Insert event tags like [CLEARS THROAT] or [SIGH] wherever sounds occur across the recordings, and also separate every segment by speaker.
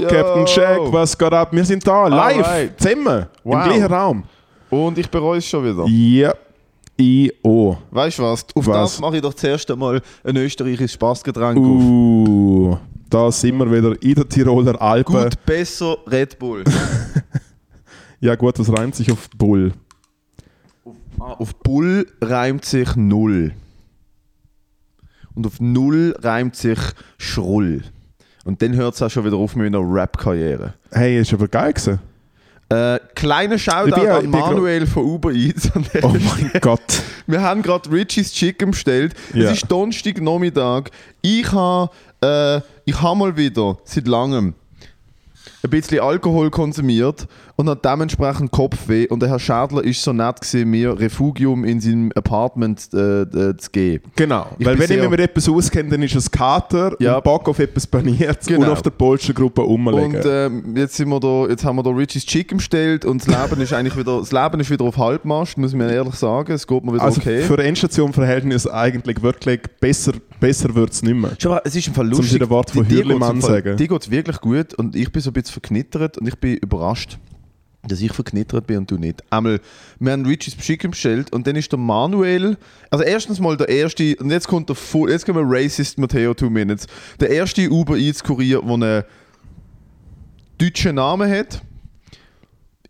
Speaker 1: Yo. Captain Jack, was geht ab? Wir sind da, live,
Speaker 2: Alright.
Speaker 1: zusammen,
Speaker 2: Wow.
Speaker 1: im gleichen Raum.
Speaker 2: Und ich bereue es schon wieder.
Speaker 1: Ja, I.O.
Speaker 2: Weißt du was? Auf
Speaker 1: Was?
Speaker 2: das mache ich doch zuerst einmal ein österreichisches Spaßgetränk auf.
Speaker 1: Uh, da sind wir wieder in der Tiroler Alpen.
Speaker 2: Gut, besser Red Bull.
Speaker 1: [LAUGHS] Ja gut, das reimt sich auf Bull.
Speaker 2: Ah, auf Bull reimt sich Null. Und auf Null reimt sich Schrull. Und dann hört es auch schon wieder auf mit meiner Rap-Karriere.
Speaker 1: Hey, ist aber geil gewesen.
Speaker 2: Äh, kleiner
Speaker 1: Ich bin
Speaker 2: Shoutout
Speaker 1: ja-
Speaker 2: an
Speaker 1: ich bin gro-
Speaker 2: Manuel von Uber Eats. An
Speaker 1: [LAUGHS]
Speaker 2: der
Speaker 1: Oh mein Gott.
Speaker 2: Wir haben gerade Richie's Chicken bestellt.
Speaker 1: Ja.
Speaker 2: Es ist Donnerstagnachmittag. Ich habe äh, ich hab mal wieder seit langem ein bisschen Alkohol konsumiert und hat dementsprechend Kopfweh. Und der Herr Schadler ist so nett gewesen, mir Refugium in seinem Apartment äh, äh, zu geben.
Speaker 1: Genau.
Speaker 2: Ich
Speaker 1: Weil
Speaker 2: bin
Speaker 1: wenn ich
Speaker 2: sehr-
Speaker 1: mich mit etwas auskenne, dann ist es Kater
Speaker 2: Ja.
Speaker 1: und Bock auf etwas paniert
Speaker 2: Genau.
Speaker 1: und auf der Polstergruppe rumlegen.
Speaker 2: Und ähm, jetzt, sind wir da, jetzt haben wir da Richie's Chicken bestellt und das Leben ist eigentlich wieder, das Leben ist wieder auf Halbmast, muss man ehrlich sagen. Es geht mir wieder
Speaker 1: also
Speaker 2: okay.
Speaker 1: für Endstation-Verhältnis eigentlich wirklich besser, besser wird es nicht mehr.
Speaker 2: Schau mal, es ist im Fall
Speaker 1: Zum
Speaker 2: lustig.
Speaker 1: wieder Wort von
Speaker 2: Die- die
Speaker 1: Hürlimann
Speaker 2: geht's im Fall-
Speaker 1: sagen.
Speaker 2: Die geht wirklich gut und ich bin so ein bisschen verknittert und ich bin überrascht, dass ich verknittert bin und du nicht. Einmal, wir haben Richie's Chicken bestellt und dann ist der Manuel, also erstens mal der erste, und jetzt kommt der Full, jetzt kommen wir Racist Matteo Two Minutes, der erste Uber Eats Kurier, der einen deutschen Namen hat.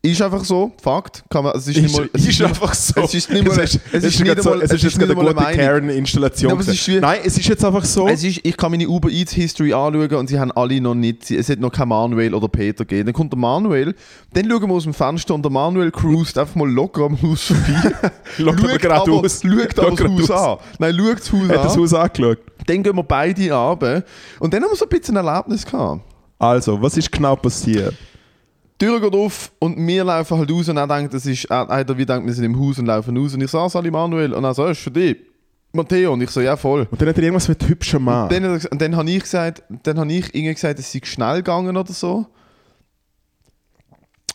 Speaker 2: Ist einfach so, Fakt. Kann man, also es ist, nicht mal, es ist nicht-
Speaker 1: so.
Speaker 2: es ist nicht mal-
Speaker 1: es ist,
Speaker 2: es ist
Speaker 1: gerade
Speaker 2: nicht
Speaker 1: so,
Speaker 2: einmal-
Speaker 1: es
Speaker 2: es
Speaker 1: ist
Speaker 2: ist
Speaker 1: jetzt gerade
Speaker 2: nicht
Speaker 1: eine
Speaker 2: einmal
Speaker 1: gute
Speaker 2: eine
Speaker 1: Karen-Installation.
Speaker 2: Ja, aber es
Speaker 1: gewesen.
Speaker 2: ist wie-
Speaker 1: Nein, es ist jetzt einfach so.
Speaker 2: Es ist, ich kann meine Uber Eats History anschauen und sie haben alle noch nicht, es hat noch kein Manuel oder Peter gegeben. Dann kommt der Manuel, dann schauen wir aus dem Fenster und der Manuel cruist einfach mal locker am Haus
Speaker 1: [LAUGHS]
Speaker 2: vorbei.
Speaker 1: Schaut aber geradeaus.
Speaker 2: schaut aber das Haus
Speaker 1: geradeaus.
Speaker 2: an. Nein, schaut das Haus
Speaker 1: Hat das
Speaker 2: an.
Speaker 1: Haus angeschaut.
Speaker 2: Dann gehen wir beide runter und dann haben wir so ein bisschen ein Erlebnis gehabt.
Speaker 1: Also, was ist genau passiert?
Speaker 2: Die Tür geht auf und wir laufen halt raus und er denkt, das ist, er, er wie denkt, wir sind im Haus und laufen raus. Und ich sage, alle Manuel. Und er so, ist für dich. Matteo. Und ich so, ja voll.
Speaker 1: Und dann hat er irgendwas mit hübschem Mann.
Speaker 2: Dann, hat er ges- und dann habe ich gesagt, dann habe ich irgendwie gesagt, es sei schnell gegangen oder so.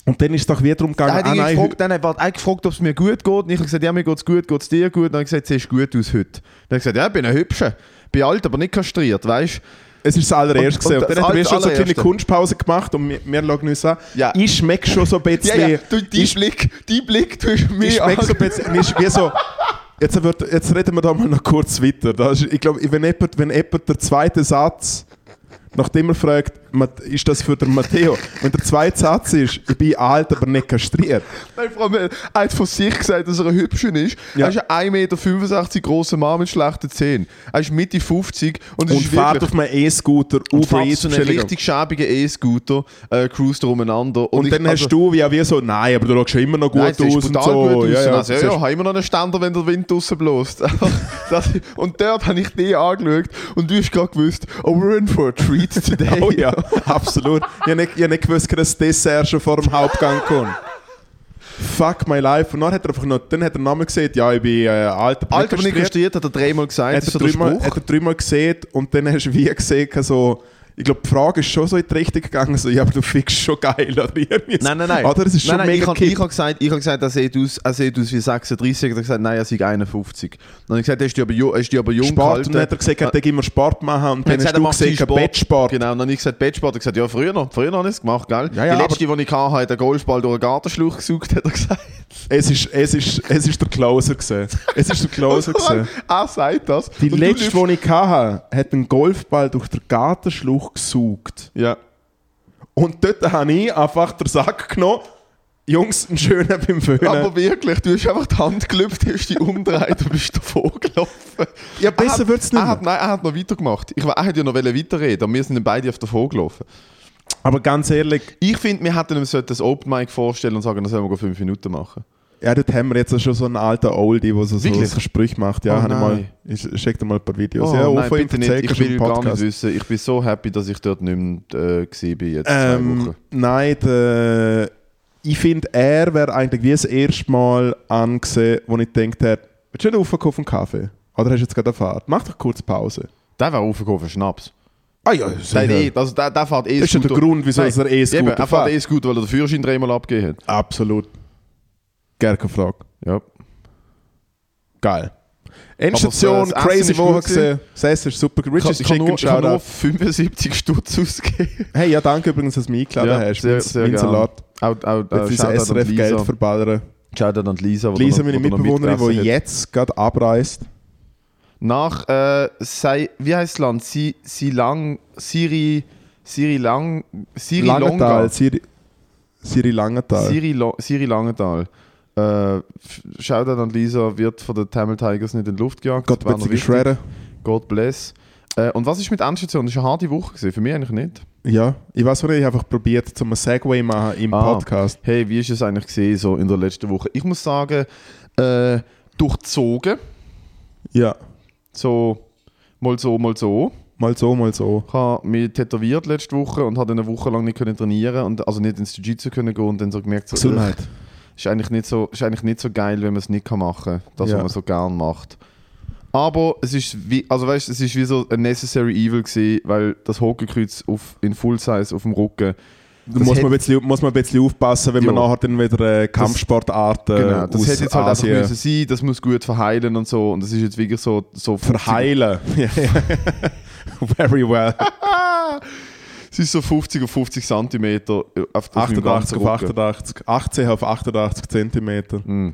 Speaker 1: Und dann ist es doch wieder darum
Speaker 2: Er
Speaker 1: gegangen,
Speaker 2: hat
Speaker 1: ah,
Speaker 2: ihn
Speaker 1: nein,
Speaker 2: gefragt, dann hat er hat gefragt, ob es mir gut geht. Und ich habe gesagt, ja, mir geht es gut, geht es dir gut? Und er hat gesagt, siehst gut aus heute. Dann habe ich gesagt, ja, ich bin ein Hübscher. Bin alt, aber nicht kastriert, weißt du?
Speaker 1: Es ist das allererste
Speaker 2: Und-
Speaker 1: gesehen.
Speaker 2: und
Speaker 1: Und,
Speaker 2: das
Speaker 1: dann haben wir schon so eine kleine
Speaker 2: allererste.
Speaker 1: Kunstpause gemacht und wir, wir schauen uns an.
Speaker 2: Ja.
Speaker 1: Ich schmecke schon so ein bisschen.
Speaker 2: du, dein
Speaker 1: ich
Speaker 2: Blick, dein Blick, du hast
Speaker 1: ich
Speaker 2: mich
Speaker 1: schmecke so ein
Speaker 2: ange-
Speaker 1: bisschen. Mir ist wie so, jetzt, wird, jetzt reden wir da mal noch kurz weiter. Da ist, ich glaube, wenn jemand, wenn jemand der zweite Satz, nachdem er fragt, "Mat- ist das für den Matteo? Wenn der zweite Satz ist, ich bin alt, aber nicht kastriert.
Speaker 2: Nein, vor allem, er hat von sich gesagt, dass er ein Hübscher ist.
Speaker 1: Ja.
Speaker 2: Er ist ein 1,85 Meter grosser Mann mit schlechten Zähnen. Er ist Mitte 50 und, es
Speaker 1: Und
Speaker 2: ist
Speaker 1: fährt
Speaker 2: wirklich-
Speaker 1: auf einem E-Scooter,
Speaker 2: und
Speaker 1: Uber
Speaker 2: fährt
Speaker 1: Eats
Speaker 2: so einen
Speaker 1: Bestellung.
Speaker 2: richtig schäbigen E-Scooter, äh, cruist er umeinander.
Speaker 1: Und
Speaker 2: ich-
Speaker 1: dann
Speaker 2: also-
Speaker 1: hast du ja wie so, nein, aber du schaust ja immer noch gut
Speaker 2: Nein, sie ist
Speaker 1: aus und
Speaker 2: brutal
Speaker 1: so.
Speaker 2: Gut aus.
Speaker 1: ja, ja,
Speaker 2: also, ja,
Speaker 1: siehst-
Speaker 2: ja, haben wir noch einen Ständer, wenn der Wind draußen bläst. [LAUGHS] Das- und dort habe ich dich angeschaut und du hast gerade gewusst, oh, we're in for a treat [LAUGHS] today.
Speaker 1: Oh [LAUGHS] ja, absolut. Ich habe nicht, ich hab nicht gewusst, dass das Dessert schon vor dem Hauptgang kommt. Fuck my life. Und dann hat er einfach noch, dann hat er nochmal gesagt, ja, ich bin äh, alt, aber
Speaker 2: Alter, aber nicht
Speaker 1: kastriert.
Speaker 2: kastriert, hat er dreimal gesagt.
Speaker 1: Hat
Speaker 2: das
Speaker 1: er,
Speaker 2: ist so der
Speaker 1: dreimal,
Speaker 2: Spruch.
Speaker 1: hat er dreimal gesehen und dann hast du wie gesehen, so, ich glaube, die Frage ist schon so in die Richtung gegangen, so, ja, aber du fickst schon geil. Oder irgendwie so.
Speaker 2: Nein, nein, nein.
Speaker 1: Oder? Es ist schon
Speaker 2: nein, nein,
Speaker 1: mega
Speaker 2: ich, hab- ich
Speaker 1: kipp.
Speaker 2: habe gesagt, ich hab gesagt, er sieht aus, er sieht aus wie 36. Er hat gesagt, nein, er sei 51. Dann habe ich gesagt, er ist dich aber, ju- er ist dich aber jung
Speaker 1: Sport. Und
Speaker 2: gehalten.
Speaker 1: dann hat er gesagt, er immer Sport machen und dann
Speaker 2: Jetzt
Speaker 1: hast
Speaker 2: hat er
Speaker 1: du
Speaker 2: macht
Speaker 1: gesehen,
Speaker 2: viel Sport.
Speaker 1: Bettsport.
Speaker 2: Genau, und dann habe ich gesagt, Bettsport. Er hat gesagt, ja, früher noch. Früher noch nicht es gemacht, gell?
Speaker 1: Ja, ja,
Speaker 2: die letzte, die ich hatte, hat einen Golfball durch einen Gartenschluch gesucht, hat er gesagt.
Speaker 1: Es ist, es ist, es ist der Closer gewesen. Es ist der
Speaker 2: [LAUGHS]
Speaker 1: Closer gewesen.
Speaker 2: Ah, sagt das.
Speaker 1: Die
Speaker 2: Und du
Speaker 1: letzte,
Speaker 2: läufst-
Speaker 1: die ich hatte, hat einen Golfball durch den Gartenschluch gesaugt.
Speaker 2: Ja.
Speaker 1: Und dort habe ich einfach den Sack genommen. Jungs, einen schönen beim Föhnen.
Speaker 2: Aber wirklich, du hast einfach die Hand gelüpft, hast dich umgedreht und bist [LAUGHS] davon gelaufen.
Speaker 1: ja, besser wird es nicht
Speaker 2: Er
Speaker 1: mehr.
Speaker 2: hat, ah, nein, er hat noch weitergemacht. Ich, we- er hat ja noch weiterreden und wir sind dann beide auf davon gelaufen.
Speaker 1: Aber ganz ehrlich,
Speaker 2: Ich finde, wir hätten ihm sollten das Open Mic vorstellen und sagen, das sollen wir fünf Minuten machen.
Speaker 1: ja, dort haben wir jetzt schon so einen alten Oldie, der so, so,
Speaker 2: Wirklich?
Speaker 1: so Sprüche macht. Ja,
Speaker 2: Oh
Speaker 1: habe ich, mal,
Speaker 2: nein.
Speaker 1: ich schick dir mal ein paar Videos.
Speaker 2: Oh,
Speaker 1: ja, auf ihn erzählt,
Speaker 2: Ich
Speaker 1: kannst du im
Speaker 2: will gar nicht wissen. Ich bin so happy, dass ich dort nicht mehr äh, gewesen bin jetzt zwei
Speaker 1: Ähm,
Speaker 2: Wochen.
Speaker 1: nein, der, ich finde, er wäre eigentlich wie das erste Mal angesehen, wo ich gedacht habe, willst du nicht raufkommen auf einen Kaffee? Oder hast du jetzt gerade eine Fahrt? Mach doch kurz Pause.
Speaker 2: Der war aufgekommen für Schnaps.
Speaker 1: Ah ja,
Speaker 2: Der, eh, also der, der fährt eh
Speaker 1: Das ist ja der
Speaker 2: Scooter-
Speaker 1: Grund, wieso
Speaker 2: Nein,
Speaker 1: dass er eh
Speaker 2: Eben,
Speaker 1: Scooter
Speaker 2: er fährt
Speaker 1: fährt.
Speaker 2: eh gut, weil er den Führerschein dreimal abgegeben hat.
Speaker 1: Absolut. Gerne keine Frage.
Speaker 2: Ja.
Speaker 1: Geil. Endstation,
Speaker 2: Aber das Essen
Speaker 1: crazy
Speaker 2: ist
Speaker 1: Woche
Speaker 2: gut gewesen.
Speaker 1: gesehen. Das Essen ist super.
Speaker 2: Ich kann,
Speaker 1: Richie's
Speaker 2: ich kann
Speaker 1: Chicken,
Speaker 2: nur, ich kann nur
Speaker 1: Shoutout.
Speaker 2: 75 Stutz ausgeben.
Speaker 1: Hey, ja, danke übrigens, dass du mich eingeladen
Speaker 2: Ja,
Speaker 1: hast.
Speaker 2: sehr-
Speaker 1: Mein-
Speaker 2: sehr
Speaker 1: mein
Speaker 2: gerne.
Speaker 1: Salat.
Speaker 2: Auch, auch,
Speaker 1: Jetzt
Speaker 2: äh, Shoutout
Speaker 1: unser
Speaker 2: an
Speaker 1: SRF-Geld
Speaker 2: Lisa.
Speaker 1: verballern.
Speaker 2: Shoutout an die Lisa. die
Speaker 1: Lisa,
Speaker 2: noch-
Speaker 1: meine
Speaker 2: die noch
Speaker 1: Mitbewohnerin, die
Speaker 2: mitgegessen hat.
Speaker 1: jetzt gerade abreist.
Speaker 2: Nach, äh, sei, wie heißt das Land? Si, Silang, Siri, Siri Lang, Siri
Speaker 1: Langenthal,
Speaker 2: Longa.
Speaker 1: Siri, Siri Langenthal.
Speaker 2: Siri, Lo Siri Langenthal. Äh, f- Shoutout an Lisa, wird von den Tamil Tigers nicht in die Luft gejagt.
Speaker 1: Gott
Speaker 2: War
Speaker 1: bitte
Speaker 2: noch wichtig.
Speaker 1: geschweren.
Speaker 2: God bless. Äh, und was ist mit Endstation? Das war eine harte Woche, gewesen. für mich eigentlich nicht.
Speaker 1: Ja, ich weiß nicht, ich habe einfach probiert, zum einen Segway machen im
Speaker 2: Ah.
Speaker 1: Podcast.
Speaker 2: Hey, wie ist es eigentlich gesehen so in der letzten Woche? Ich muss sagen, äh, durchzogen.
Speaker 1: Ja,
Speaker 2: So, mal so, mal so.
Speaker 1: mal so, mal so.
Speaker 2: Ich habe mich tätowiert letzte Woche und habe dann eine Woche lang nicht können trainieren und also nicht ins Jiu-Jitsu können gehen und dann so gemerkt, so,
Speaker 1: Gesundheit.
Speaker 2: ugh, ist eigentlich nicht so ist eigentlich nicht so geil, wenn man es nicht kann machen, das
Speaker 1: Ja.
Speaker 2: was man so gern macht. Aber es ist wie also weißt, es ist wie so ein necessary evil gewesen, weil das Hokenkreuz auf in Full Size auf dem Rücken.
Speaker 1: Da
Speaker 2: das
Speaker 1: muss
Speaker 2: hätte-
Speaker 1: man, ein bisschen, muss man ein bisschen aufpassen, wenn man
Speaker 2: Ja.
Speaker 1: nachher dann wieder äh, Kampfsportarten
Speaker 2: Genau, das
Speaker 1: aus
Speaker 2: hätte jetzt halt
Speaker 1: Asien
Speaker 2: einfach müssen sein, das muss gut verheilen und so und das ist jetzt wirklich so so 50 [LAUGHS]
Speaker 1: verheilen. Ja, [LAUGHS] ja. Very well.
Speaker 2: Es ist so 50 auf 50 cm [LAUGHS] auf, auf meinem
Speaker 1: 88
Speaker 2: ganzen
Speaker 1: auf
Speaker 2: Rücken.
Speaker 1: 88, 18 auf 88 Zentimeter.
Speaker 2: Mm.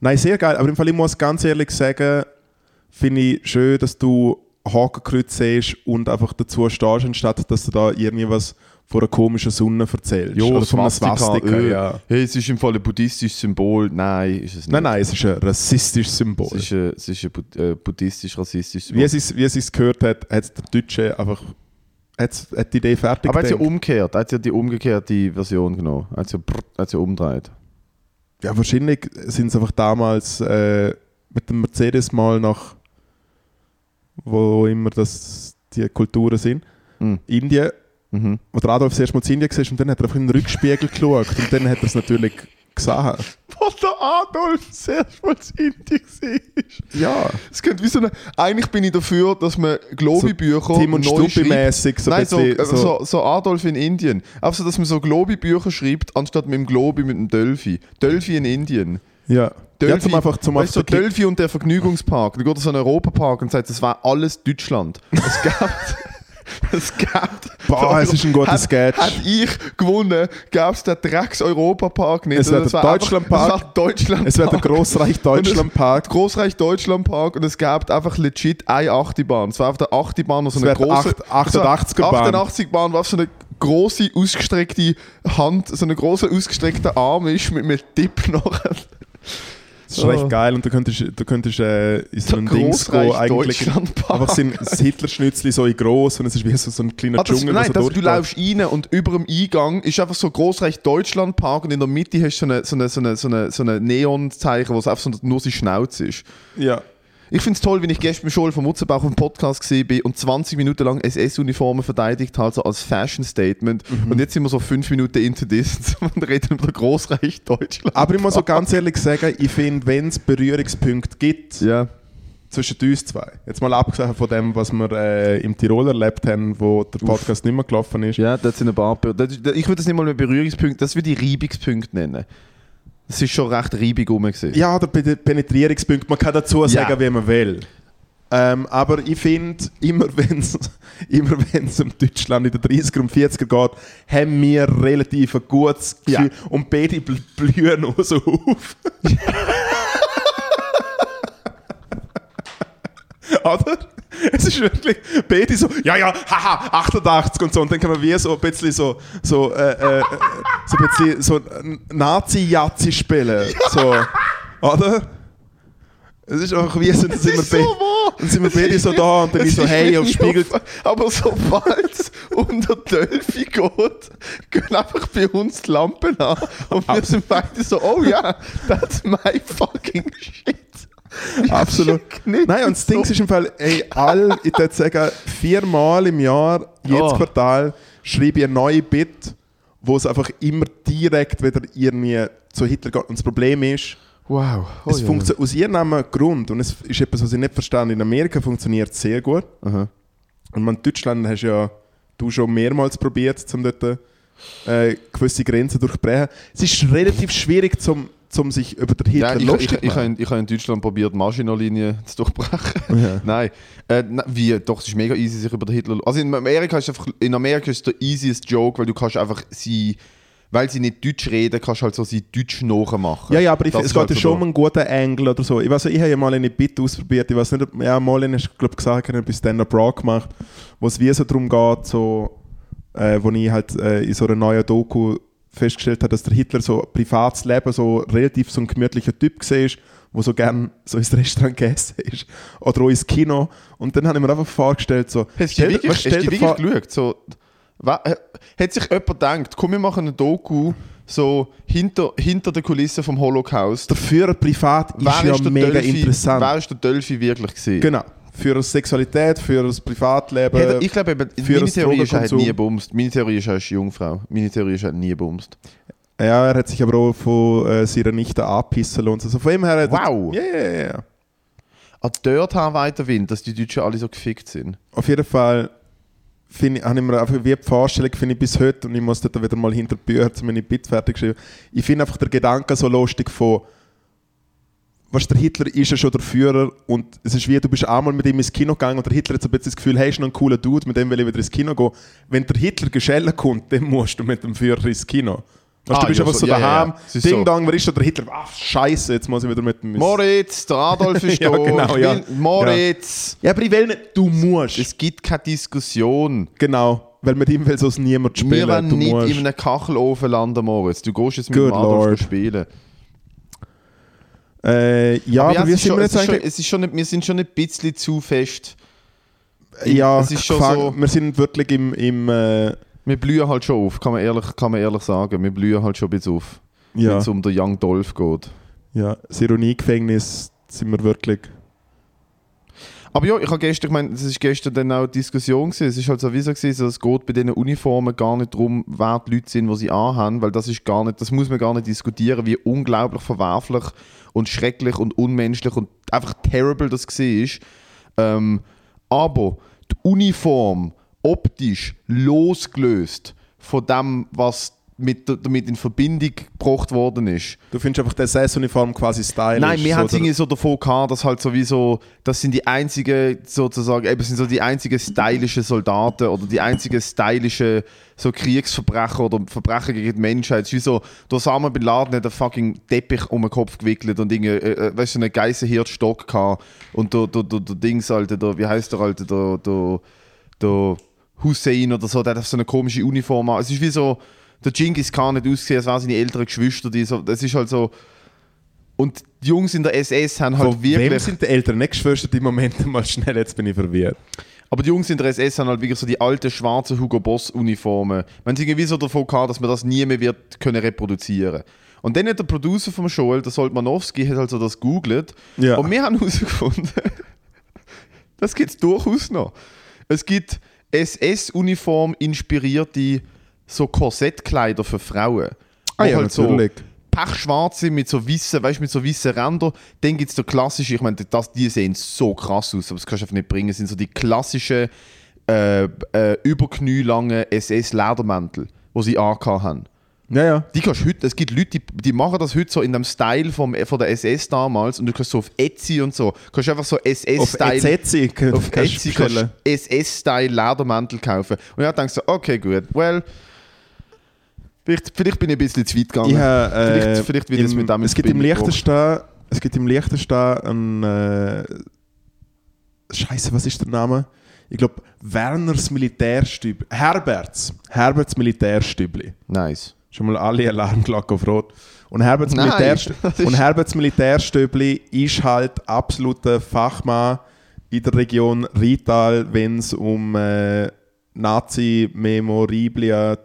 Speaker 1: Nein, sehr geil. Aber im Fall, ich muss ganz ehrlich sagen, finde ich schön, dass du Hakenkreuz siehst und einfach dazu stehst, anstatt dass du da irgendwie was von einer komischen Sonne erzählst.
Speaker 2: Jo,
Speaker 1: von einer Swastika,
Speaker 2: öh.
Speaker 1: ja.
Speaker 2: Hey, es ist im Fall ein buddhistisches Symbol. Nein, ist es nicht.
Speaker 1: Nein, nein, es ist ein rassistisches Symbol.
Speaker 2: Es ist ein, es ist ein Bud- äh, buddhistisch-rassistisches
Speaker 1: Wie
Speaker 2: Symbol.
Speaker 1: es ist- wie es sich gehört hat, hat der Deutsche einfach hat's, hat die Idee fertig
Speaker 2: Aber hat ja
Speaker 1: gedacht.
Speaker 2: umgekehrt. Hat ja die umgekehrte Version genommen. Hat ja, brrr, hat ja umgedreht.
Speaker 1: Ja, wahrscheinlich sind es einfach damals äh, mit dem Mercedes mal nach wo immer das die Kulturen sind.
Speaker 2: Mhm.
Speaker 1: Indien,
Speaker 2: Mhm.
Speaker 1: wo der Adolf das erste Mal in Indien war und dann hat er einfach in den Rückspiegel [LAUGHS] geschaut und dann hat er es natürlich gesehen.
Speaker 2: Was der Adolf zuerst mal in Indien war.
Speaker 1: Ja,
Speaker 2: Es könnte wie so eine, eigentlich bin ich dafür, dass man Globibücher
Speaker 1: Tim und Struppi-mässig so ein
Speaker 2: Nein, so,
Speaker 1: bisschen.
Speaker 2: also so, so Adolf in Indien. Also, dass man so Globi-Bücher schreibt, anstatt mit dem Globi mit dem Dölfi. Dölfi in Indien.
Speaker 1: ja. ja,
Speaker 2: Dölfi,
Speaker 1: zum einfach zum
Speaker 2: weißt du,
Speaker 1: einfach den Kick-
Speaker 2: Dölfi und der Vergnügungspark. Dann geht er so einen Europapark und sagt, das war alles Deutschland. Es gab. [LAUGHS] Es gab.
Speaker 1: Boah, es ist ein guter
Speaker 2: Hat-
Speaker 1: Sketch.
Speaker 2: Hat ich gewonnen, gab es den Drecks Europapark nicht.
Speaker 1: Es
Speaker 2: Also
Speaker 1: wird
Speaker 2: das
Speaker 1: ein
Speaker 2: war einfach-
Speaker 1: Deutschlandpark.
Speaker 2: Es war Deutschland.
Speaker 1: Es wird der Grossreich Deutschland Park.
Speaker 2: Großreich Deutschland Park und es gab einfach legit eine Achtibahn. Es war auf der Achtibahn noch so
Speaker 1: Es
Speaker 2: eine
Speaker 1: wird
Speaker 2: große
Speaker 1: acht- 88er Bahn.
Speaker 2: 88 Bahn war auf so eine große ausgestreckte Hand, so eine große ausgestreckte Arm ist mit einem Tipp [LAUGHS] nachher.
Speaker 1: Das ist recht
Speaker 2: Oh.
Speaker 1: geil und du könntest, du könntest äh, in so
Speaker 2: Der
Speaker 1: ein Dings
Speaker 2: Grossreich
Speaker 1: gehen, eigentlich
Speaker 2: Deutschlandpark.
Speaker 1: einfach sind das Hitlerschnitzel so in gross und es ist wie so, so ein kleiner
Speaker 2: Ah, das,
Speaker 1: Dschungel. wo
Speaker 2: nein,
Speaker 1: so
Speaker 2: das, du
Speaker 1: durchgeht.
Speaker 2: läufst rein und über dem Eingang ist einfach so Großreich Deutschland Park und in der Mitte hast du so eine, so eine, so eine, so eine, so eine Neonzeichen, wo es einfach so nur seine Schnauze ist.
Speaker 1: Ja.
Speaker 2: Ich finde es toll, wenn ich gestern mit Joel von Mutzenbach auf dem Podcast war und 20 Minuten lang SS-Uniformen verteidigt habe, so als Fashion-Statement. Und jetzt sind wir so 5 Minuten into this [LAUGHS] und reden über Großreich Deutschland.
Speaker 1: Aber ich muss so ganz ehrlich sagen, ich finde, wenn es Berührungspunkte
Speaker 2: [LAUGHS]
Speaker 1: gibt
Speaker 2: Ja.
Speaker 1: zwischen uns zwei, jetzt mal abgesehen von dem, was wir äh, im Tirol erlebt haben, wo der Podcast nicht mehr gelaufen ist,
Speaker 2: Ja, das sind ein paar. Be- Das, das, ich würde das nicht mal mehr Berührungspunkte, das würde ich Reibungspunkte nennen. Es ist schon recht reibig rum. gewesen.
Speaker 1: Ja, der Pe- Penetrierungspunkt. Man kann dazu sagen, wie man will. Ähm, aber ich finde, immer [LAUGHS] wenn es immer wenn's um Deutschland in den 30er und 40er geht, haben wir relativ ein gutes Gefühl. Und beide bl- blühen auch so auf. [LAUGHS] Oder? Es ist wirklich, beide so, ja, ja, haha, 88 und so. Und dann kann man wie so ein bisschen so, so, äh, äh, äh, so ein bisschen so Nazi-Jazzi spielen. So, oder? Es ist einfach wie, so, dann sind wir
Speaker 2: ist so
Speaker 1: beide-
Speaker 2: wahr.
Speaker 1: dann sind wir
Speaker 2: Es
Speaker 1: beide
Speaker 2: ist
Speaker 1: so
Speaker 2: wie-
Speaker 1: da und dann
Speaker 2: es
Speaker 1: ist so, hey,
Speaker 2: wie
Speaker 1: auf Spiegel.
Speaker 2: auf- Aber sobald es unter Dölfi geht, gehen einfach bei uns die Lampen an. Und wir sind beide so, oh ja, that's my fucking shit.
Speaker 1: Absolut.
Speaker 2: nicht
Speaker 1: Nein, und das Ding
Speaker 2: so.
Speaker 1: ist im Fall, ey, all, ich würde sagen, viermal im Jahr, jedes
Speaker 2: Oh.
Speaker 1: Quartal, schreibe ich eine neue Bit, wo es einfach immer direkt wieder irgendwie zu Hitler geht. Und das Problem ist,
Speaker 2: Wow. Oh
Speaker 1: es funktioniert aus irgendeinem Grund, und es ist etwas, was ich nicht verstehe, in Amerika funktioniert es sehr gut.
Speaker 2: Aha.
Speaker 1: Und man, in Deutschland hast ja du schon mehrmals probiert, um dort äh, gewisse Grenzen durchbrechen. Es ist relativ schwierig, zum, um sich über den Hitler
Speaker 2: Nein, ich, ich,
Speaker 1: lustig
Speaker 2: ich,
Speaker 1: zu
Speaker 2: ich,
Speaker 1: machen.
Speaker 2: habe in- ich habe in Deutschland probiert, die Maschinenlinie zu durchbrechen.
Speaker 1: [LAUGHS] Ja.
Speaker 2: Nein. Äh, na, wie? Doch, es ist mega easy, sich über den Hitler... Also in Amerika ist einfach... In Amerika ist es der easiest Joke, weil du kannst einfach sie... Weil sie nicht Deutsch reden, kannst du halt so sie Deutsch nachmachen.
Speaker 1: Ja, ja, aber ich,
Speaker 2: Das
Speaker 1: es
Speaker 2: ist
Speaker 1: geht
Speaker 2: halt
Speaker 1: ja
Speaker 2: so
Speaker 1: schon
Speaker 2: der-
Speaker 1: um einen guten Engel oder so. Ich, weiß, ich habe ja mal eine Bit ausprobiert. Ich weiß nicht, ob, ja, mal hast du glaub, gesagt, ich habe bei Stand-Up Rock gemacht, wo es wie so darum geht, so, äh, wo ich halt äh, in so einer neuen Doku festgestellt habe, dass der Hitler so privates Leben so relativ so ein gemütlicher Typ war, wo so gern so ins Restaurant gegessen ist oder auch ins Kino. Und dann habe ich mir einfach vorgestellt, so,
Speaker 2: Hast du die wirklich,
Speaker 1: was
Speaker 2: hast du die
Speaker 1: dir
Speaker 2: wirklich
Speaker 1: vor-
Speaker 2: geschaut? So, wa, äh, hat sich jemand gedacht, komm, wir machen eine Doku so hinter, hinter der Kulisse vom Holocaust.
Speaker 1: der Führer privat ist
Speaker 2: Wer
Speaker 1: ja
Speaker 2: der
Speaker 1: mega
Speaker 2: Dolphy-
Speaker 1: interessant.
Speaker 2: Wer ist der Dolphy wirklich gewesen?
Speaker 1: Genau. Für die Sexualität, für das Privatleben.
Speaker 2: Hat er- also Ich glaube, eben,
Speaker 1: Äh, für
Speaker 2: meine
Speaker 1: das
Speaker 2: Theorie ist, er hat
Speaker 1: Drogenkonsum.
Speaker 2: nie bumst. Meine Theorie ist, er ist Jungfrau. Meine Theorie ist, er hat nie bumst.
Speaker 1: Ja, er hat sich aber auch von äh, seiner Nichte anpissen lassen. und so. Also von ihm her hat
Speaker 2: Wow!
Speaker 1: Ja, ja, ja, ja.
Speaker 2: Ah, dort haben weiter Wind, dass die Deutschen alle so gefickt sind.
Speaker 1: Auf jeden Fall finde ich, habe ich mir einfach wie die Vorstellung finde ich bis heute und ich muss dort wieder mal hinter die Bücher zu meine Bit fertig geschrieben. Ich finde einfach den Gedanken so lustig von weißt, du, der Hitler ist ja schon der Führer und es ist wie, du bist einmal mit ihm ins Kino gegangen und der Hitler hat so ein bisschen das Gefühl, hey, ist noch ein cooler Dude, mit dem will ich wieder ins Kino gehen. Wenn der Hitler geschellen kommt, dann musst du mit dem Führer ins Kino. Weißt,
Speaker 2: Ah,
Speaker 1: du, du bist
Speaker 2: ja,
Speaker 1: einfach
Speaker 2: so-
Speaker 1: so
Speaker 2: ja, ja, ja.
Speaker 1: daheim,
Speaker 2: Es ist so.
Speaker 1: Ding Dong, wer ist da der Hitler? Ach, scheiße, jetzt muss ich wieder mit dem... ins-
Speaker 2: Moritz, der
Speaker 1: [LAUGHS]
Speaker 2: Adolf ist
Speaker 1: Ja,
Speaker 2: da.
Speaker 1: genau,
Speaker 2: Ich
Speaker 1: ja.
Speaker 2: will- Moritz!
Speaker 1: Ja, aber ich will nicht, du musst.
Speaker 2: Es gibt keine Diskussion.
Speaker 1: Genau, weil mit ihm will sonst niemand spielen.
Speaker 2: Wir wollen
Speaker 1: du
Speaker 2: nicht
Speaker 1: musst.
Speaker 2: in einem Kachelofen landen, Moritz. Du gehst jetzt mit
Speaker 1: Good
Speaker 2: dem Adolf
Speaker 1: Lord.
Speaker 2: spielen.
Speaker 1: Äh, ja, aber,
Speaker 2: es
Speaker 1: wir
Speaker 2: ist
Speaker 1: sind
Speaker 2: schon,
Speaker 1: wir
Speaker 2: es
Speaker 1: jetzt
Speaker 2: ist schon,
Speaker 1: eigentlich.
Speaker 2: es ist schon nicht, wir sind schon ein bisschen zu fest.
Speaker 1: ja,
Speaker 2: es ist schon
Speaker 1: gefangen.
Speaker 2: so-
Speaker 1: wir sind wirklich im. im äh,
Speaker 2: Wir blühen halt schon auf, kann man ehrlich, kann man ehrlich sagen. Wir blühen halt schon ein bisschen auf, wenn
Speaker 1: ja,
Speaker 2: es um den Young Dolph geht.
Speaker 1: ja, das Ironiegefängnis sind wir wirklich.
Speaker 2: Aber ja, ich habe gestern, ich meine, das ist gestern dann auch eine Diskussion gewesen. Es ist halt so wie so gewesen, so, es geht bei diesen Uniformen gar nicht darum, wer die Leute sind, die sie anhaben, weil das ist gar nicht, das muss man gar nicht diskutieren, wie unglaublich verwerflich und schrecklich und unmenschlich und einfach terrible das war. Ähm, aber die Uniform optisch losgelöst von dem, was mit, damit in Verbindung gebracht worden ist,
Speaker 1: Du findest einfach die SS-Uniform quasi stylisch.
Speaker 2: Nein, wir
Speaker 1: so
Speaker 2: haben es
Speaker 1: der-
Speaker 2: irgendwie so davon gehabt, dass halt sowieso, das sind die einzigen sozusagen, eben sind so die einzigen stylischen Soldaten oder die einzigen stylischen so Kriegsverbrecher oder Verbrechen gegen die Menschheit. Es ist wie so, der Osama Bin Laden hat einen fucking Teppich um den Kopf gewickelt und irgendwie, äh, äh, weißt du, einen Geisenhirtstock gehabt und der, der, der, der Dings, Alter, der, wie heißt der, Alter, der, der, der Hussein oder so, der hat so eine komische Uniform an. Es ist wie so, der Genghis Khan hat ausgesehen, als wären seine älteren Geschwister, die so, das ist halt so, und die Jungs in der SS haben halt
Speaker 1: Von wem
Speaker 2: wirklich.
Speaker 1: sind die Eltern nicht geschwistert im Moment [LAUGHS] mal schnell? Jetzt bin ich verwirrt.
Speaker 2: aber die Jungs in der SS haben halt wirklich so die alten schwarzen Hugo Boss-Uniformen. Man sind irgendwie so davon gehabt, dass man das nie mehr wird können reproduzieren Und dann hat der Producer vom Show, der Soltmanowski, hat halt so das googelt.
Speaker 1: Ja.
Speaker 2: Und wir haben [LAUGHS] herausgefunden, das gibt es durchaus noch. Es gibt SS-Uniform inspirierte so Korsettkleider für Frauen. Wo
Speaker 1: Ah
Speaker 2: halt
Speaker 1: ja, natürlich.
Speaker 2: So pechschwarze mit so weißen, weißt, mit so weißen Rändern. Dann gibt es den klassischen, ich meine, das, die sehen so krass aus, aber das kannst du einfach nicht bringen. Das sind so die klassischen äh, äh, überknielangen SS-Ledermäntel, die sie angehabt haben.
Speaker 1: Ja, ja.
Speaker 2: Die kannst du heute, es gibt Leute, die, die machen das heute so in dem Style vom, von der SS damals und du kannst so auf Etsy und so, kannst du einfach so
Speaker 1: Auf E
Speaker 2: SS-Style
Speaker 1: Etsy kannst
Speaker 2: auf
Speaker 1: du
Speaker 2: Etsy kannst
Speaker 1: bestellen.
Speaker 2: du SS-Style Ledermantel kaufen. Und ich dachte so, okay, gut, well, vielleicht, vielleicht bin ich ein bisschen zu weit gegangen.
Speaker 1: Ich habe, äh,
Speaker 2: Vielleicht- vielleicht wird es
Speaker 1: im-
Speaker 2: mit dem
Speaker 1: es gibt im
Speaker 2: Bild
Speaker 1: leichtesten, Es gibt im leichtesten einen. Äh, Scheiße, was ist der Name? Ich glaube, Werners Militärstübli. Herberts. Herberts Militärstübli.
Speaker 2: nice.
Speaker 1: Schon mal alle Alarmglocken auf Rot. Und Herberts,
Speaker 2: Nein,
Speaker 1: Militärst
Speaker 2: [LAUGHS] das ist-
Speaker 1: und Herberts Militärstübli ist halt absoluter Fachmann in der Region Rital, wenn es um äh, Nazi-Memorabilia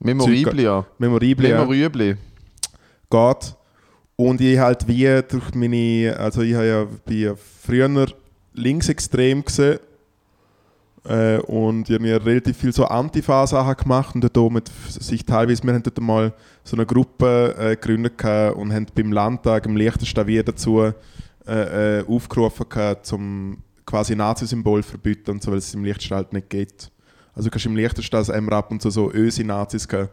Speaker 2: Memoriblia.
Speaker 1: Memorabilia
Speaker 2: Memoribli.
Speaker 1: geht. Und ich halt wie durch meine, also ich habe ja bin ja früher linksextrem gesehen äh, und ich habe mir relativ viel so Antifa-Sachen gemacht und dort auch mit sich teilweise, wir haben dort mal so eine Gruppe äh, gegründet gehabt und haben beim Landtag im leichtesten wie dazu äh, äh, aufgerufen gehabt, zum quasi Nazi-Symbol verbieten und so, weil es im leichtesten halt nicht geht. Also du kannst im leichtesten als MRAP und so, so öse Nazis gehen,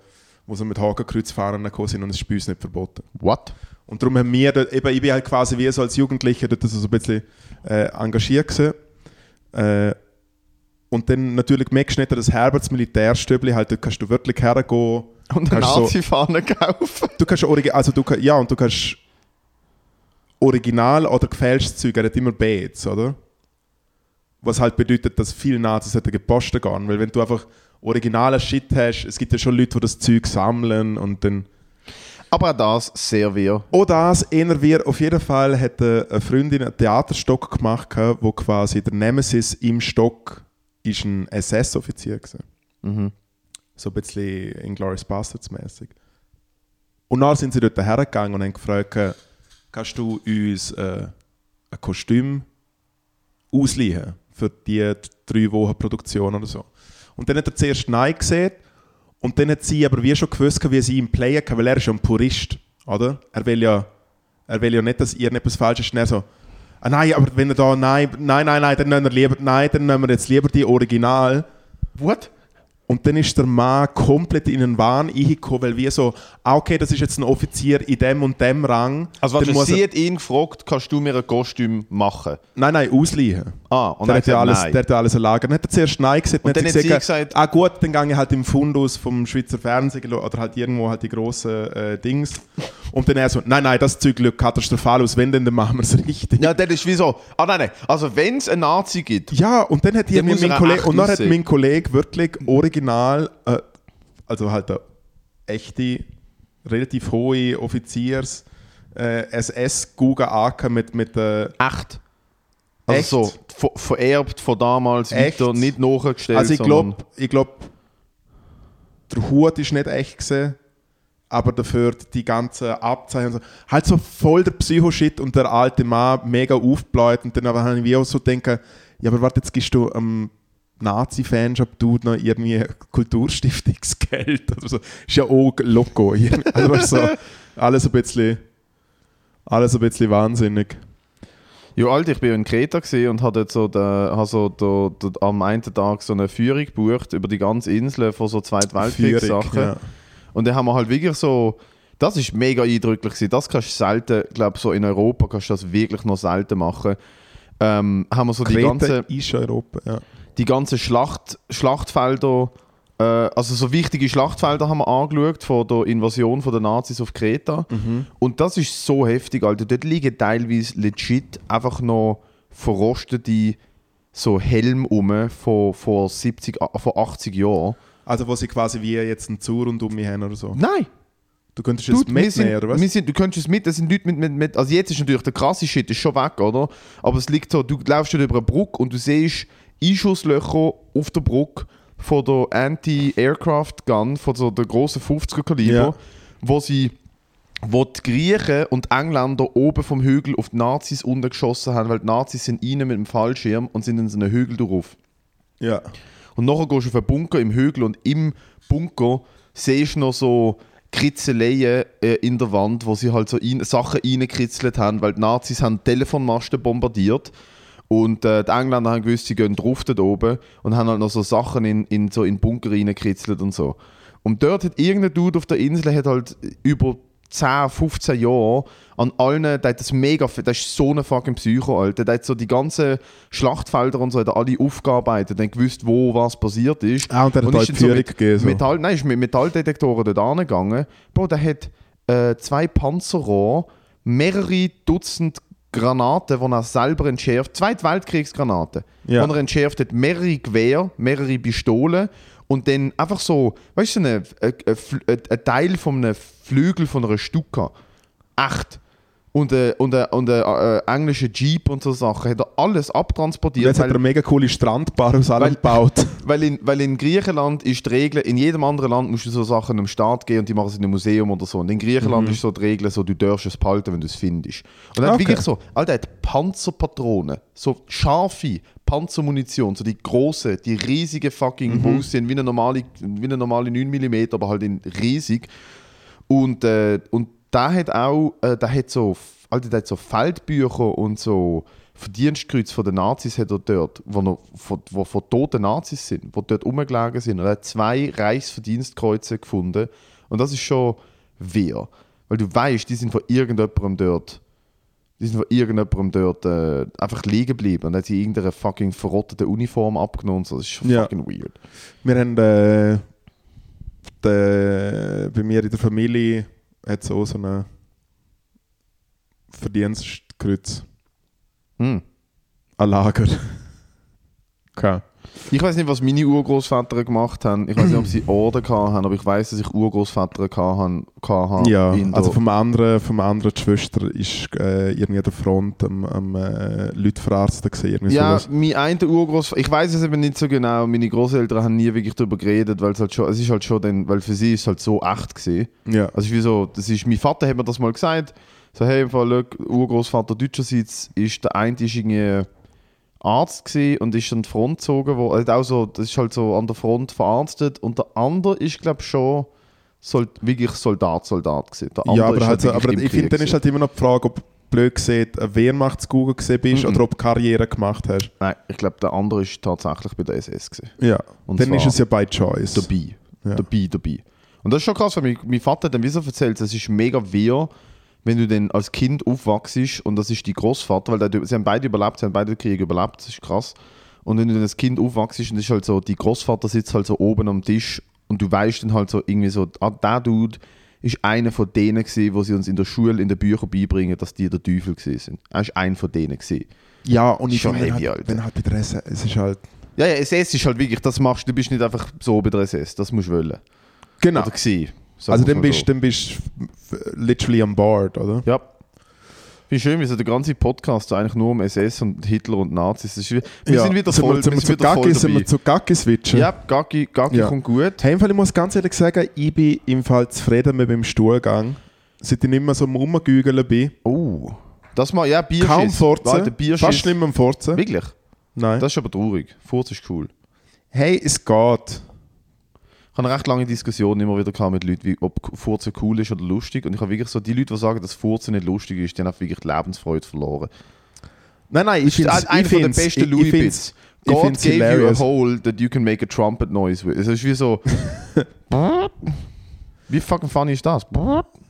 Speaker 1: die so mit Hakenkreuz fahren gekommen sind und es ist bei uns nicht verboten.
Speaker 2: What?
Speaker 1: Und darum haben wir, dort, eben, ich bin halt quasi wie so als Jugendlicher dort so ein bisschen äh, engagiert gewesen. Äh, und dann natürlich merkst du nicht, dass Herberts Militärstöbli halt, dort kannst du wirklich hergehen.
Speaker 2: Und eine
Speaker 1: kannst so-
Speaker 2: Nazi-Fahne kaufen.
Speaker 1: Du kannst Origi also du kann, ja und du kannst Original oder gefälschtes Zeug, er hat immer Baits, oder? Was halt bedeutet, dass viele Nazis hätten gepostet gehen, weil wenn du einfach originalen Shit hast, es gibt ja schon Leute, die das Zeug sammeln und dann...
Speaker 2: Aber auch das sehr wir.
Speaker 1: Auch Oh, das, eher wir, auf jeden Fall hat äh, eine Freundin einen Theaterstock gemacht, gehabt, wo quasi der Nemesis im Stock ist ein SS-Offizier war.
Speaker 2: Mhm.
Speaker 1: So ein bisschen Inglourious Bastards mäßig. Und dann sind sie dort hergegangen und haben gefragt, äh, kannst du uns äh, ein Kostüm ausleihen für die drei Wochen Produktion oder so. Und dann hat er zuerst Nein gesehen und dann hat sie aber wie schon gewusst, wie sie ihn playen kann, weil er ist ja ein Purist, oder? Er will ja, er will ja nicht, dass ihr etwas Falsches ist. Und er so, ah, nein, aber wenn er da, nein, nein, nein, nein, dann nehmen wir lieber, nein, dann nehmen wir jetzt lieber die Original.
Speaker 2: What?
Speaker 1: Und dann ist der Mann komplett in einen Wahn reingekommen, weil wir so, ah, okay, das ist jetzt ein Offizier in dem und dem Rang.
Speaker 2: Also,
Speaker 1: dann
Speaker 2: warte,
Speaker 1: muss
Speaker 2: sie
Speaker 1: er,
Speaker 2: hat ihn gefragt, kannst du mir ein Kostüm machen?
Speaker 1: nein, nein, ausleihen.
Speaker 2: Ah, und
Speaker 1: der
Speaker 2: er
Speaker 1: hat ja
Speaker 2: gesagt,
Speaker 1: alles,
Speaker 2: nein.
Speaker 1: der hat ja alles ein Lager. Dann hat er zuerst Nein gesagt.
Speaker 2: Und dann hat sie gesagt-
Speaker 1: ah gut, dann gehe ich halt im Fundus vom Schweizer Fernsehen oder halt irgendwo halt die grossen äh, Dings. Und dann er so, nein, nein, das Zeug schaut katastrophal aus, wenn denn, dann machen wir es richtig.
Speaker 2: Ja, das ist wie so. Ah, nein, nein. Also, wenn es einen Nazi gibt,
Speaker 1: Ja, und dann hat
Speaker 2: Dann
Speaker 1: irgendwie
Speaker 2: muss er
Speaker 1: mein
Speaker 2: auch
Speaker 1: Kollege,
Speaker 2: echt
Speaker 1: und dann hat
Speaker 2: aussehen.
Speaker 1: mein Kollege wirklich original, äh, also halt der echte, relativ hohe Offiziers, äh, SS Guga Acker mit, mit äh,
Speaker 2: echt. Also,
Speaker 1: Echt?
Speaker 2: so ver vererbt von damals
Speaker 1: Echt?
Speaker 2: weiter, nicht nachgestellt.
Speaker 1: Also ich glaube,
Speaker 2: sondern-
Speaker 1: ich glaub, der Hut ist nicht echt gewesen, aber dafür die ganzen Abzeichen. und So. Halt so voll der Psycho-Shit und der alte Mann mega aufgebläut und dann aber habe ich wie auch so denken, ja aber warte, jetzt gibst du einem Nazi-Fan schon du noch irgendwie Kulturstiftungsgeld oder so. Ist ja auch loco. irgendwie. [LAUGHS] Also weißt du, so, alles ein bisschen, alles ein bisschen wahnsinnig.
Speaker 2: Ja, Alter, ich war ja in Kreta gewesen und habe dort so, den, hab so den, den, am einen Tag so eine Führung gebucht über die ganze Insel von so Zweiten Weltkriegssachen.
Speaker 1: Führig, ja.
Speaker 2: Und dann haben wir halt wirklich so, das ist mega eindrücklich gewesen. Das kannst du selten, glaube so in Europa kannst du das wirklich noch selten machen. Ähm, haben wir so die
Speaker 1: Kreta
Speaker 2: ganze,
Speaker 1: ist ja Europa, ja.
Speaker 2: die ganze Schlacht, Schlachtfelder, äh, also so wichtige Schlachtfelder haben wir angeschaut von der Invasion von den Nazis auf Kreta. Und das ist so heftig, Alter. Dort liegen teilweise legit einfach noch verrostete so Helme rum von, von 70, a- von 80 Jahren.
Speaker 1: Also wo sie quasi wie jetzt einen Zur und um mich haben oder so.
Speaker 2: Nein!
Speaker 1: Du könntest es
Speaker 2: Dude, wir sind,
Speaker 1: mitnehmen, oder was?
Speaker 2: Wir sind, du könntest es mit, das sind Leute mit, mit, mit, also jetzt ist natürlich der krasse Shit, ist schon weg, oder? Aber es liegt so, du läufst dort über eine Brücke und du siehst Einschusslöcher auf der Brücke von der Anti-Aircraft-Gun, von so der grossen 50er-Kaliber,
Speaker 1: Ja.
Speaker 2: wo sie wo die Griechen und die Engländer oben vom Hügel auf die Nazis unten geschossen haben, weil die Nazis sind rein mit dem Fallschirm und sind in so einen Hügel drauf.
Speaker 1: Ja.
Speaker 2: Und nachher gehst du auf einen Bunker im Hügel und im Bunker siehst du noch so Kritzeleien äh, in der Wand, wo sie halt so rein, Sachen reingekritzelt haben, weil die Nazis haben Telefonmasten bombardiert. Und äh, die Engländer haben gewusst, sie gehen drauf dort oben und haben halt noch so Sachen in, in, so in Bunker reingekritzelt und so. Und dort hat irgendein Dude auf der Insel hat halt über 10, 15 Jahre an allen, der hat das mega, das ist so ein fucking Psycho, Alter. Der hat so die ganzen Schlachtfelder und so, hat er alle aufgearbeitet, dann gewusst, wo was passiert ist.
Speaker 1: Ah, und der hat halt
Speaker 2: dann
Speaker 1: Führung
Speaker 2: mit,
Speaker 1: gegeben, so.
Speaker 2: Metall, nein, ist mit Metalldetektoren dort angegangen. Bro, der hat äh, zwei Panzerrohr, mehrere Dutzend Granaten, die er selber entschärft, Zweite Weltkriegsgranaten,
Speaker 1: Ja.
Speaker 2: die er entschärft hat, mehrere Gewehr, mehrere Pistolen und dann einfach so, weißt du, so eine- ein ein Fl- ein- ein Teil von einem Flügel von einer Stuka. Echt. Und ein und, äh, und, äh, äh, englischer Jeep und so Sachen. Hat er alles abtransportiert.
Speaker 1: Jetzt hat
Speaker 2: weil-
Speaker 1: er eine mega coole Strandbar aus allem
Speaker 2: Weil-
Speaker 1: gebaut.
Speaker 2: weil in, weil in Griechenland ist die Regel, in jedem anderen Land musst du so Sachen im Staat gehen und die machen es in einem Museum oder so. Und in Griechenland ist so die Regel, so, du darfst es behalten, wenn du es findest. Und dann
Speaker 1: Okay.
Speaker 2: wirklich so, Alter, er hat Panzerpatronen, so scharfe Panzermunition, so die große, die riesige fucking mhm. sind wie eine normale, wie eine normale 9mm, aber halt in riesig. Und, äh, und da hat auch, äh, da hat so, Alter, der hat so Feldbücher und so Verdienstkreuz von den Nazis hat er dort, wo, noch, von, wo von toten Nazis sind, wo dort rumgelegen sind. Und er hat zwei Reichsverdienstkreuze gefunden. Und das ist schon wehr. Weil du weißt, die sind von irgendjemandem dort. Die sind von irgendjemandem dort äh, einfach liegen geblieben und hat sie irgendeine fucking verrottete Uniform abgenommen. und So. Das ist schon
Speaker 1: Ja.
Speaker 2: fucking weird.
Speaker 1: Wir haben äh, de, bei mir in der Familie hat so so eine Verdienstkreuz
Speaker 2: Hm.
Speaker 1: an Lager. Okay.
Speaker 2: Ich weiß nicht, was meine Urgroßväter gemacht haben. Ich weiß nicht, ob
Speaker 1: [CLEARS THROAT]
Speaker 2: sie Orden gehabt haben, aber ich weiß, dass ich Urgroßväter gehabt haben- gehabt habe.
Speaker 1: Ja,
Speaker 2: in der-
Speaker 1: also vom anderen, vom anderen Schwester ist äh, irgendwie an der Front am, am äh, Leute verarzten gesehen. irgendwie
Speaker 2: Ja,
Speaker 1: sowas.
Speaker 2: mein einer Urgroßvater, ich weiß es eben nicht so genau, meine Großeltern haben nie wirklich darüber geredet, weil es halt schon, es ist halt schon, dann, weil für sie ist es halt so echt gesehen.
Speaker 1: ja.
Speaker 2: Also ich wie so, das ist, mein Vater hat mir das mal gesagt, so hey, im Fall, look, Urgroßvater deutscherseits ist, der eine ist irgendwie Arzt gewesen und ist an die Front gezogen worden, also auch so, das ist halt so an der Front verarztet und der andere ist glaube ich schon Sold, wirklich Soldat, Soldat gewesen. Der
Speaker 1: ja,
Speaker 2: andere
Speaker 1: aber,
Speaker 2: ist
Speaker 1: halt so,
Speaker 2: wirklich
Speaker 1: aber
Speaker 2: im
Speaker 1: ich finde,
Speaker 2: Krieg
Speaker 1: dann ist halt immer noch die Frage, ob du blöd gesehen ein Wehrmachtskugel gesehen bist
Speaker 2: Mhm.
Speaker 1: oder ob du Karriere gemacht hast.
Speaker 2: gewesen. Nein, ich glaube, der andere ist tatsächlich bei der SS gewesen.
Speaker 1: Ja,
Speaker 2: Und
Speaker 1: dann ist
Speaker 2: zwar-
Speaker 1: es ja by choice.
Speaker 2: dabei.
Speaker 1: Ja.
Speaker 2: Dabei, dabei. Und das ist schon krass, weil mein, mein Vater hat dann wieso erzählt, es ist mega wehr, wenn du dann als Kind aufwachst und das ist die Großvater, weil der, sie haben beide überlebt, sie haben beide den Krieg überlebt, das ist krass. Und wenn du dann als Kind aufwachst und das ist halt so, die Großvater sitzt halt so oben am Tisch und du weißt dann halt so irgendwie so, ah, der Dude ist einer von denen gewesen, wo sie uns in der Schule, in den Büchern beibringen, dass die der Teufel gewesen sind. Er ist einer von denen gewesen.
Speaker 1: Ja, und ich
Speaker 2: Schon
Speaker 1: finde,
Speaker 2: heavy,
Speaker 1: halt,
Speaker 2: Alter.
Speaker 1: wenn halt bei der SS, es ist halt...
Speaker 2: Ja, ja, SS ist halt wirklich, das machst du, du bist nicht einfach so bei der SS, das musst du wollen.
Speaker 1: Genau,
Speaker 2: Oder gewesen. sagen
Speaker 1: also
Speaker 2: wir
Speaker 1: dann
Speaker 2: mal
Speaker 1: bist,
Speaker 2: so.
Speaker 1: dann bist du literally on board, oder?
Speaker 2: Ja. Wie schön, wie so der ganze Podcast so eigentlich nur um SS und Hitler und Nazis. Das ist, wie- wir sind wieder voll,
Speaker 1: Sind wir,
Speaker 2: wir
Speaker 1: zu
Speaker 2: sind wieder voll
Speaker 1: Gaggi, sind
Speaker 2: dabei.
Speaker 1: wir zu Gaggi switchen?
Speaker 2: Ja, Gaggi, Gaggi
Speaker 1: Ja.
Speaker 2: kommt gut.
Speaker 1: Hey, im Fall, ich muss ganz ehrlich sagen, ich bin im Fall zufrieden mit meinem Stuhlgang. Seit ich nicht mehr so am Rumgügeln bin.
Speaker 2: Oh. Das mal, ja, Bierschiss.
Speaker 1: Kaum Furzen.
Speaker 2: Alter, Bierschiss.
Speaker 1: Fast nicht mehr am Furzen.
Speaker 2: Wirklich?
Speaker 1: Nein.
Speaker 2: Das ist aber traurig. Furz ist cool.
Speaker 1: hey, es geht.
Speaker 2: Ich habe eine recht lange Diskussion immer wieder gehabt mit Leuten, wie, ob Furzen cool ist oder lustig. Und ich habe wirklich so, die Leute, die sagen, dass Furzen nicht lustig ist, die haben auch wirklich die Lebensfreude verloren.
Speaker 1: Nein, nein, ich
Speaker 2: Das ist
Speaker 1: find's-
Speaker 2: einer
Speaker 1: ich
Speaker 2: von den
Speaker 1: find's-
Speaker 2: besten
Speaker 1: ich- ich
Speaker 2: Louis
Speaker 1: find's-
Speaker 2: Bits.
Speaker 1: ich
Speaker 2: God
Speaker 1: find's
Speaker 2: gave you a
Speaker 1: hilarious.
Speaker 2: hole that you can make a trumpet noise with. Es ist wie so. wie fucking funny ist das?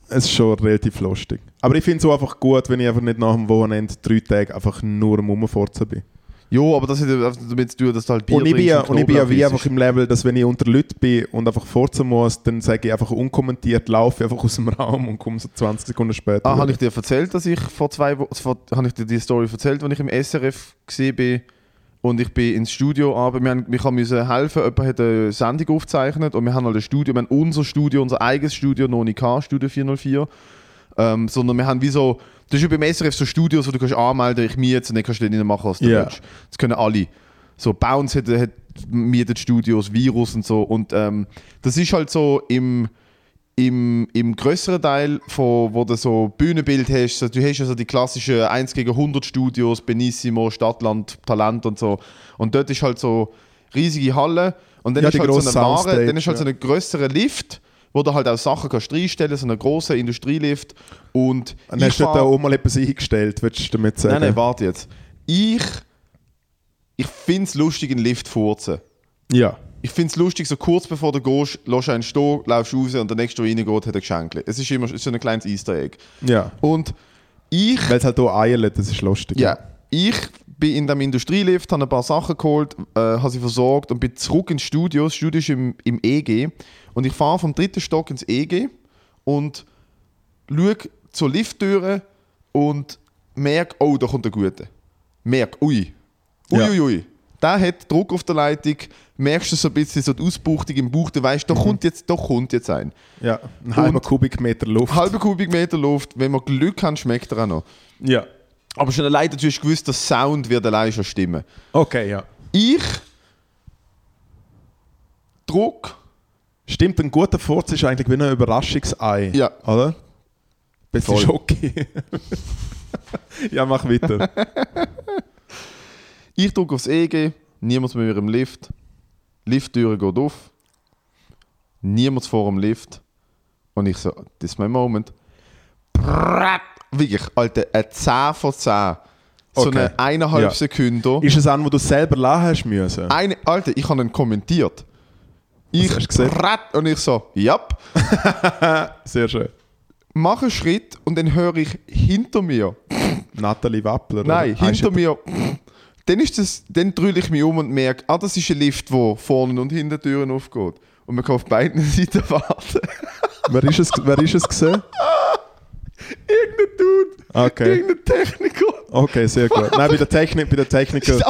Speaker 1: Es ist schon relativ lustig. Aber ich finde es auch einfach gut, wenn ich einfach nicht nach dem Wochenende drei Tage einfach nur am Rumfurzen bin.
Speaker 2: Jo, aber das hat ja damit zu tun, dass du halt Bier
Speaker 1: und ich bin, ja,
Speaker 2: trinkst
Speaker 1: und ich bin ja wie
Speaker 2: Knoblauch
Speaker 1: einfach im Level, dass wenn ich unter Leuten bin und einfach furzen muss, dann sage ich einfach unkommentiert, laufe ich einfach aus dem Raum und komme so 20 Sekunden später.
Speaker 2: Ah,
Speaker 1: wieder.
Speaker 2: habe ich dir erzählt, dass ich vor zwei Wochen, habe ich dir die Story erzählt, als ich im SRF gesehen bin und ich bin ins Studio aber wir haben, wir haben müssen helfen, jemand hat eine Sendung aufgezeichnet und wir haben halt ein Studio, wir haben unser Studio, unser eigenes Studio, noch nicht gehabt, Studio 404, ähm, sondern wir haben wie so, das ist ja beim SRF so Studios, wo du kannst anmelden, ich miete es und dann kannst du nicht machen, was du
Speaker 1: Ja.
Speaker 2: willst. Das können alle. So, Bounce hat, hat mietet Studios, Virus und so und ähm, das ist halt so im im, im größeren Teil, von, wo du so Bühnenbild hast, so, du hast also die klassischen 1 gegen 100 Studios, Benissimo, Stadtland, Talent und so. Und dort ist halt so riesige Halle und dann
Speaker 1: Ja,
Speaker 2: ist
Speaker 1: die
Speaker 2: halt so
Speaker 1: grosse
Speaker 2: eine Ware,
Speaker 1: Soundstage,
Speaker 2: dann ist halt so ein größerer Lift, wo du halt auch Sachen kannst reinstellen, so einen grossen Industrielift. Und
Speaker 1: Und dann hast du
Speaker 2: fahr-
Speaker 1: da auch mal etwas eingestellt, würdest du damit sagen?
Speaker 2: Nein, nein, warte jetzt. Ich, ich finde es lustig, einen Lift furzen.
Speaker 1: Ja.
Speaker 2: Ich finde es lustig, so kurz bevor du gehst, lässt einen stehen, läufst raus und der nächste, der reingeht, hat ein Geschenk. Es ist immer es ist so ein kleines Easter Egg.
Speaker 1: Ja.
Speaker 2: Und ich,
Speaker 1: Weil es halt hier eiert, das ist lustig.
Speaker 2: ja, ich bin in dem Industrielift, habe ein paar Sachen geholt, äh, habe sie versorgt und bin zurück ins Studio. Das Studio ist im, im EG. Und ich fahre vom dritten Stock ins EG und schaue zur Lifttüre und merke, oh, da kommt der Gute. Merke, ui. Ui,
Speaker 1: Ja.
Speaker 2: ui, ui. Der hat Druck auf der Leitung, merkst du so ein bisschen so die Ausbuchtung im Bauch, du weißt, da kommt jetzt, da kommt jetzt ein.
Speaker 1: ja. Ein halber
Speaker 2: Und- Halt-
Speaker 1: Kubikmeter Luft.
Speaker 2: Halber Kubikmeter Luft, wenn wir Glück haben, schmeckt er auch noch.
Speaker 1: Ja.
Speaker 2: Aber schon allein dazu hast du gewusst, der Sound wird allein schon stimmen.
Speaker 1: Okay, ja.
Speaker 2: Ich. Druck.
Speaker 1: Stimmt, ein guter Furz ist eigentlich wie ein Überraschungsei.
Speaker 2: Ja.
Speaker 1: Oder? Bist du
Speaker 2: Voll.
Speaker 1: okay? ja, mach weiter.
Speaker 2: Ich drücke aufs EG. Niemand mehr im Lift. Lifttüre geht auf. Niemand vor dem Lift. Und ich so, das ist mein Moment. Prat. Wirklich, Alter, ein 10 von 10. So
Speaker 1: Okay.
Speaker 2: eine eineinhalb
Speaker 1: Ja.
Speaker 2: Sekunde.
Speaker 1: ist es an, wo du selber lachen hast müssen?
Speaker 2: Eine, Alter, ich habe ihn kommentiert. Ich
Speaker 1: hast du gesagt?
Speaker 2: prat. und ich so, ja.
Speaker 1: Sehr schön.
Speaker 2: mache einen Schritt und dann höre ich hinter mir.
Speaker 1: Natalie Wappler.
Speaker 2: Nein,
Speaker 1: oder? Ah, ist
Speaker 2: hinter mir. Dann, ist das, dann drülle ich mich um und merke, ah, das ist ein Lift, wo vorne und hinten Türen aufgeht. Und man kann auf beiden [LAUGHS] Seiten warten.
Speaker 1: ja- Wer ist es, wer ist es gesehen?
Speaker 2: Irgendein Dude,
Speaker 1: Okay.
Speaker 2: irgendein Techniker.
Speaker 1: Okay, sehr gut. Nein, bei der Technik, bei der Techniker.
Speaker 2: Das,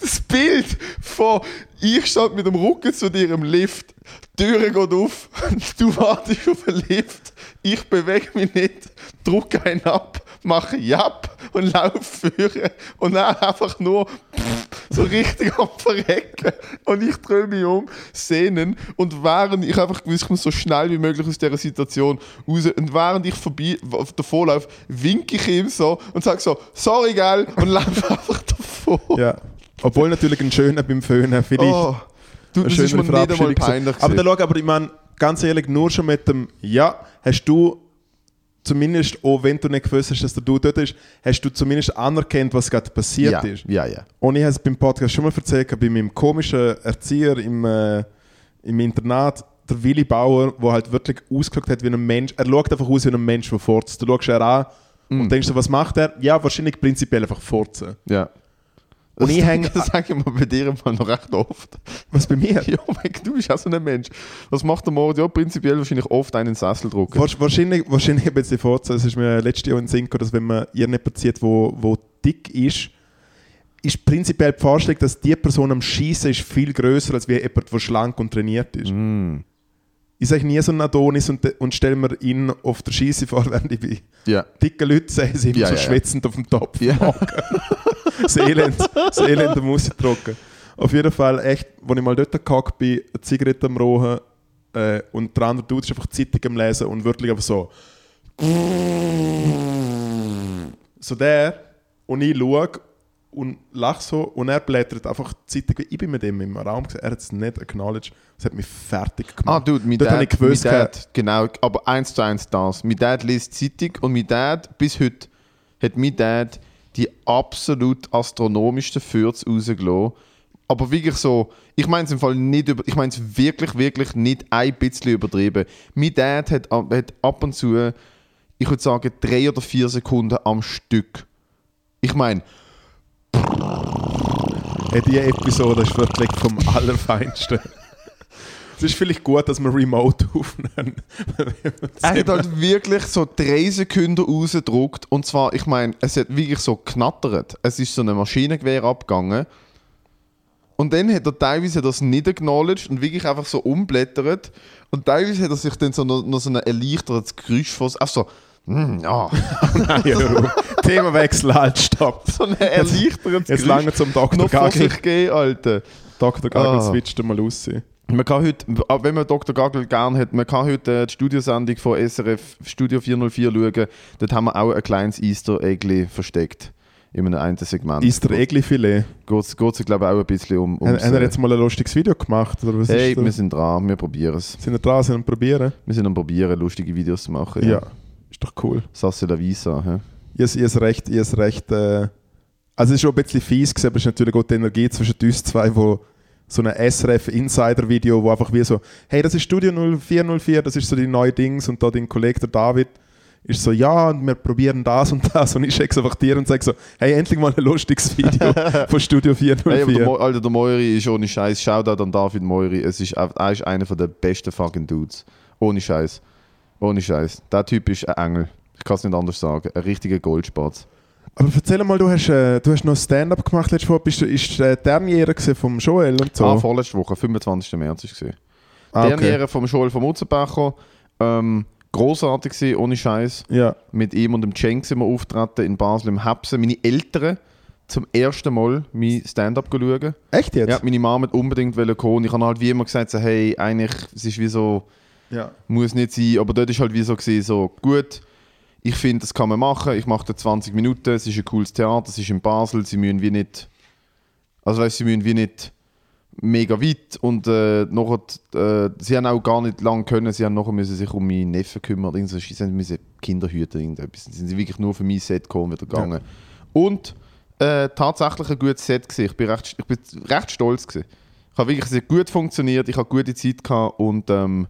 Speaker 2: das Bild von ich stand mit dem Rücken zu dir im Lift, die Türe geht auf, [LAUGHS] du wartest auf den Lift, ich bewege mich nicht, drücke einen ab, mache Japp und laufe führen und dann einfach nur [LAUGHS] pff, so richtig am Verrecken und ich drehe mich um, Szenen und während ich einfach gewusst, ich muss so schnell wie möglich aus dieser Situation raus und während ich vorbei, davor laufe, winke ich ihm so und sage so, sorry gell und laufe [LAUGHS] einfach davor.
Speaker 1: Ja. Obwohl natürlich ein schöner beim Föhnen vielleicht.
Speaker 2: Oh, du,
Speaker 1: eine
Speaker 2: das ist
Speaker 1: schönere
Speaker 2: mir nicht einmal
Speaker 1: Verabschiedung
Speaker 2: peinlich.
Speaker 1: gewesen. Aber dann schau, aber ich meine, ganz ehrlich, nur schon mit dem Ja, hast du zumindest, auch wenn du nicht gewusst hast, dass der du dort ist, hast du zumindest anerkannt, was gerade passiert
Speaker 2: ja,
Speaker 1: ist.
Speaker 2: ja, ja.
Speaker 1: Und ich habe es beim Podcast schon mal erzählt, bei meinem komischen Erzieher im, äh, im Internat, der Willi Bauer, der halt wirklich ausgeschaut hat wie ein Mensch. Er schaut einfach aus wie ein Mensch, der furzt. Du schaust er an
Speaker 2: Mm.
Speaker 1: und denkst so, was macht er? Ja, wahrscheinlich prinzipiell einfach furzen.
Speaker 2: ja.
Speaker 1: Und ich hänge-
Speaker 2: [LAUGHS] Das sage ich mir bei dir mal noch recht oft.
Speaker 1: Was bei mir?
Speaker 2: [LAUGHS] Ja, Mike, du bist auch so ein Mensch. Was macht der Mord? Ja, prinzipiell wahrscheinlich oft einen Sessel drucken.
Speaker 1: Wahrsch- Wahrscheinlich, wahrscheinlich ein bisschen vorzuhören. Es ist mir letztes Jahr in den Sinn gekommen, dass wenn man jemanden zieht, wo, wo dick ist, ist prinzipiell die Vorstellung, dass die Person am Schießen ist viel größer als wie jemand, der schlank und trainiert ist.
Speaker 2: Mhm. Hm.
Speaker 1: Ich sage nie so einen Adonis und, und stelle mir ihn auf der Schieße vor, [LAUGHS] während ich bin.
Speaker 2: Ja.
Speaker 1: Dicke Leute sehen sie immer
Speaker 2: Ja,
Speaker 1: so
Speaker 2: ja, ja.
Speaker 1: schwitzend auf dem Topf.
Speaker 2: Ja.
Speaker 1: Das Elend, das Elend am Ausdrucken. Auf jeden Fall, echt, als ich mal dort gehackt bin, eine Zigarette am Rohen äh, und der andere Dude ist einfach die Zeitung am Lesen und wirklich einfach so. So der und ich schaue und lache so und er blättert einfach die Zeitung. Ich bin mit ihm im Raum, gewesen, er hat es nicht acknowledged. Das hat mich fertig
Speaker 2: Ah,
Speaker 1: gemacht.
Speaker 2: dude, mein
Speaker 1: Dort
Speaker 2: Dad,
Speaker 1: habe ich gewusst,
Speaker 2: mein
Speaker 1: gehabt,
Speaker 2: Dad, genau, aber eins zu eins das. Mein Dad liest Zeitung und mein Dad, bis heute, hat mein Dad die absolut astronomischsten Fürze rausgelassen. Aber wirklich so, ich meine es im Fall nicht über, ich meine es wirklich, wirklich nicht ein bisschen übertrieben. Mein Dad hat, ab- hat ab und zu, ich würde sagen, drei oder vier Sekunden am Stück. Ich meine,
Speaker 1: hey, die Episode ist wirklich vom
Speaker 2: [LAUGHS]
Speaker 1: Allerfeinsten. Es ist vielleicht gut, dass wir remote [LAUGHS] aufnehmen.
Speaker 2: Er hat halt wirklich so drei Sekunden rausgedruckt. Und zwar, ich meine, es hat wirklich so knattert. Es ist so eine Maschinengewehr abgegangen. Und dann hat er teilweise das nicht acknowledged und wirklich einfach so umblättert. Und teilweise hat er sich dann so noch, noch so ein erleichtertes Geräusch vor sich. Ach so, mm, ja. [LAUGHS]
Speaker 1: Nein, hör auf. Themawechsel, halt, stopp.
Speaker 2: So ein erleichtertes
Speaker 1: Jetzt lange zum Dr.
Speaker 2: noch vor
Speaker 1: Gagel.
Speaker 2: sich gehen, Alter.
Speaker 1: Dr. Gagel
Speaker 2: Ah.
Speaker 1: switcht mal aus.
Speaker 2: Man kann heute, auch wenn man Dr. Gagel gern hat, man kann heute äh, die Studiosendung von SRF Studio 404 schauen. Dort haben wir auch ein kleines Easter Egg versteckt. In einem einen Segment.
Speaker 1: Ist der Egli-Filet?
Speaker 2: Geht es, glaube ich, auch ein bisschen um.
Speaker 1: Haben
Speaker 2: ums,
Speaker 1: haben wir
Speaker 2: äh,
Speaker 1: jetzt mal ein lustiges Video gemacht? Oder was
Speaker 2: hey,
Speaker 1: ist da?
Speaker 2: wir sind dran, wir probieren es.
Speaker 1: Sind wir dran, sind wir probieren?
Speaker 2: Wir sind am Probieren, lustige Videos zu machen.
Speaker 1: Ja. Ist doch cool.
Speaker 2: Sasse la Visa. Hä?
Speaker 1: Ihr ist, ihr ist recht, ihr ist recht. Äh, also, es ist schon ein bisschen fies, gewesen, aber es ist natürlich auch die Energie zwischen uns zwei, wo so ein SRF-Insider-Video, wo einfach wie so: Hey, das ist Studio 0404, das ist so die neue Dings und da dein Kollege, der David, ist so: Ja, und wir probieren das und das. Und ich schicke einfach dir und sage so: Hey, endlich mal ein lustiges
Speaker 2: [LAUGHS]
Speaker 1: Video von Studio
Speaker 2: Hey, aber der
Speaker 1: 404.
Speaker 2: Mo Alter, der Moiri ist ohne Scheiß. Shoutout an David Moiri. Es ist, einfach- er ist einer der besten fucking Dudes. Ohne Scheiß. Ohne Scheiß. Der Typ ist ein Engel. Ich kann es nicht anders sagen. Ein richtiger Goldspatz.
Speaker 1: Aber erzähl mal, du hast, äh, du hast noch Stand-up gemacht letzte Woche. Bist du, ist äh, die Derniere gewesen vom Joel und so?
Speaker 2: Ah, vorletzte Woche, 25. März war es. gewesen.
Speaker 1: Ah,
Speaker 2: Die Ehre vom Joel vom Utzenbacher. Ähm, großartig gewesen, ohne Scheiß.
Speaker 1: Ja.
Speaker 2: Mit ihm und dem Cenk sind wir auftreten in Basel im Hapsen. Meine Eltern zum ersten Mal mein Stand-up schauen.
Speaker 1: Echt jetzt?
Speaker 2: Ja, meine Mama hat unbedingt wollen kommen. Ich habe halt wie immer gesagt, so, hey, eigentlich, es ist wie so,
Speaker 1: ja.
Speaker 2: muss nicht sein, aber dort war halt wie so, gewesen, so gut, ich finde, das kann man machen, ich mache da 20 Minuten, es ist ein cooles Theater, es ist in Basel, sie müssen wie nicht, also weißt, sie müssen wie nicht mega weit und äh, nachher, äh, sie haben auch gar nicht lange können, sie haben nachher müssen sich um meinen Neffen kümmern, oder irgend so, sie müssen Kinder hüten, irgendetwas, Dann sind sie wirklich nur für mein Set gekommen und wieder gegangen. Und äh, tatsächlich ein gutes Set gewesen. ich bin recht, ich bin recht stolz gewesen. Ich habe wirklich sehr gut funktioniert, ich habe gute Zeit gehabt und ähm,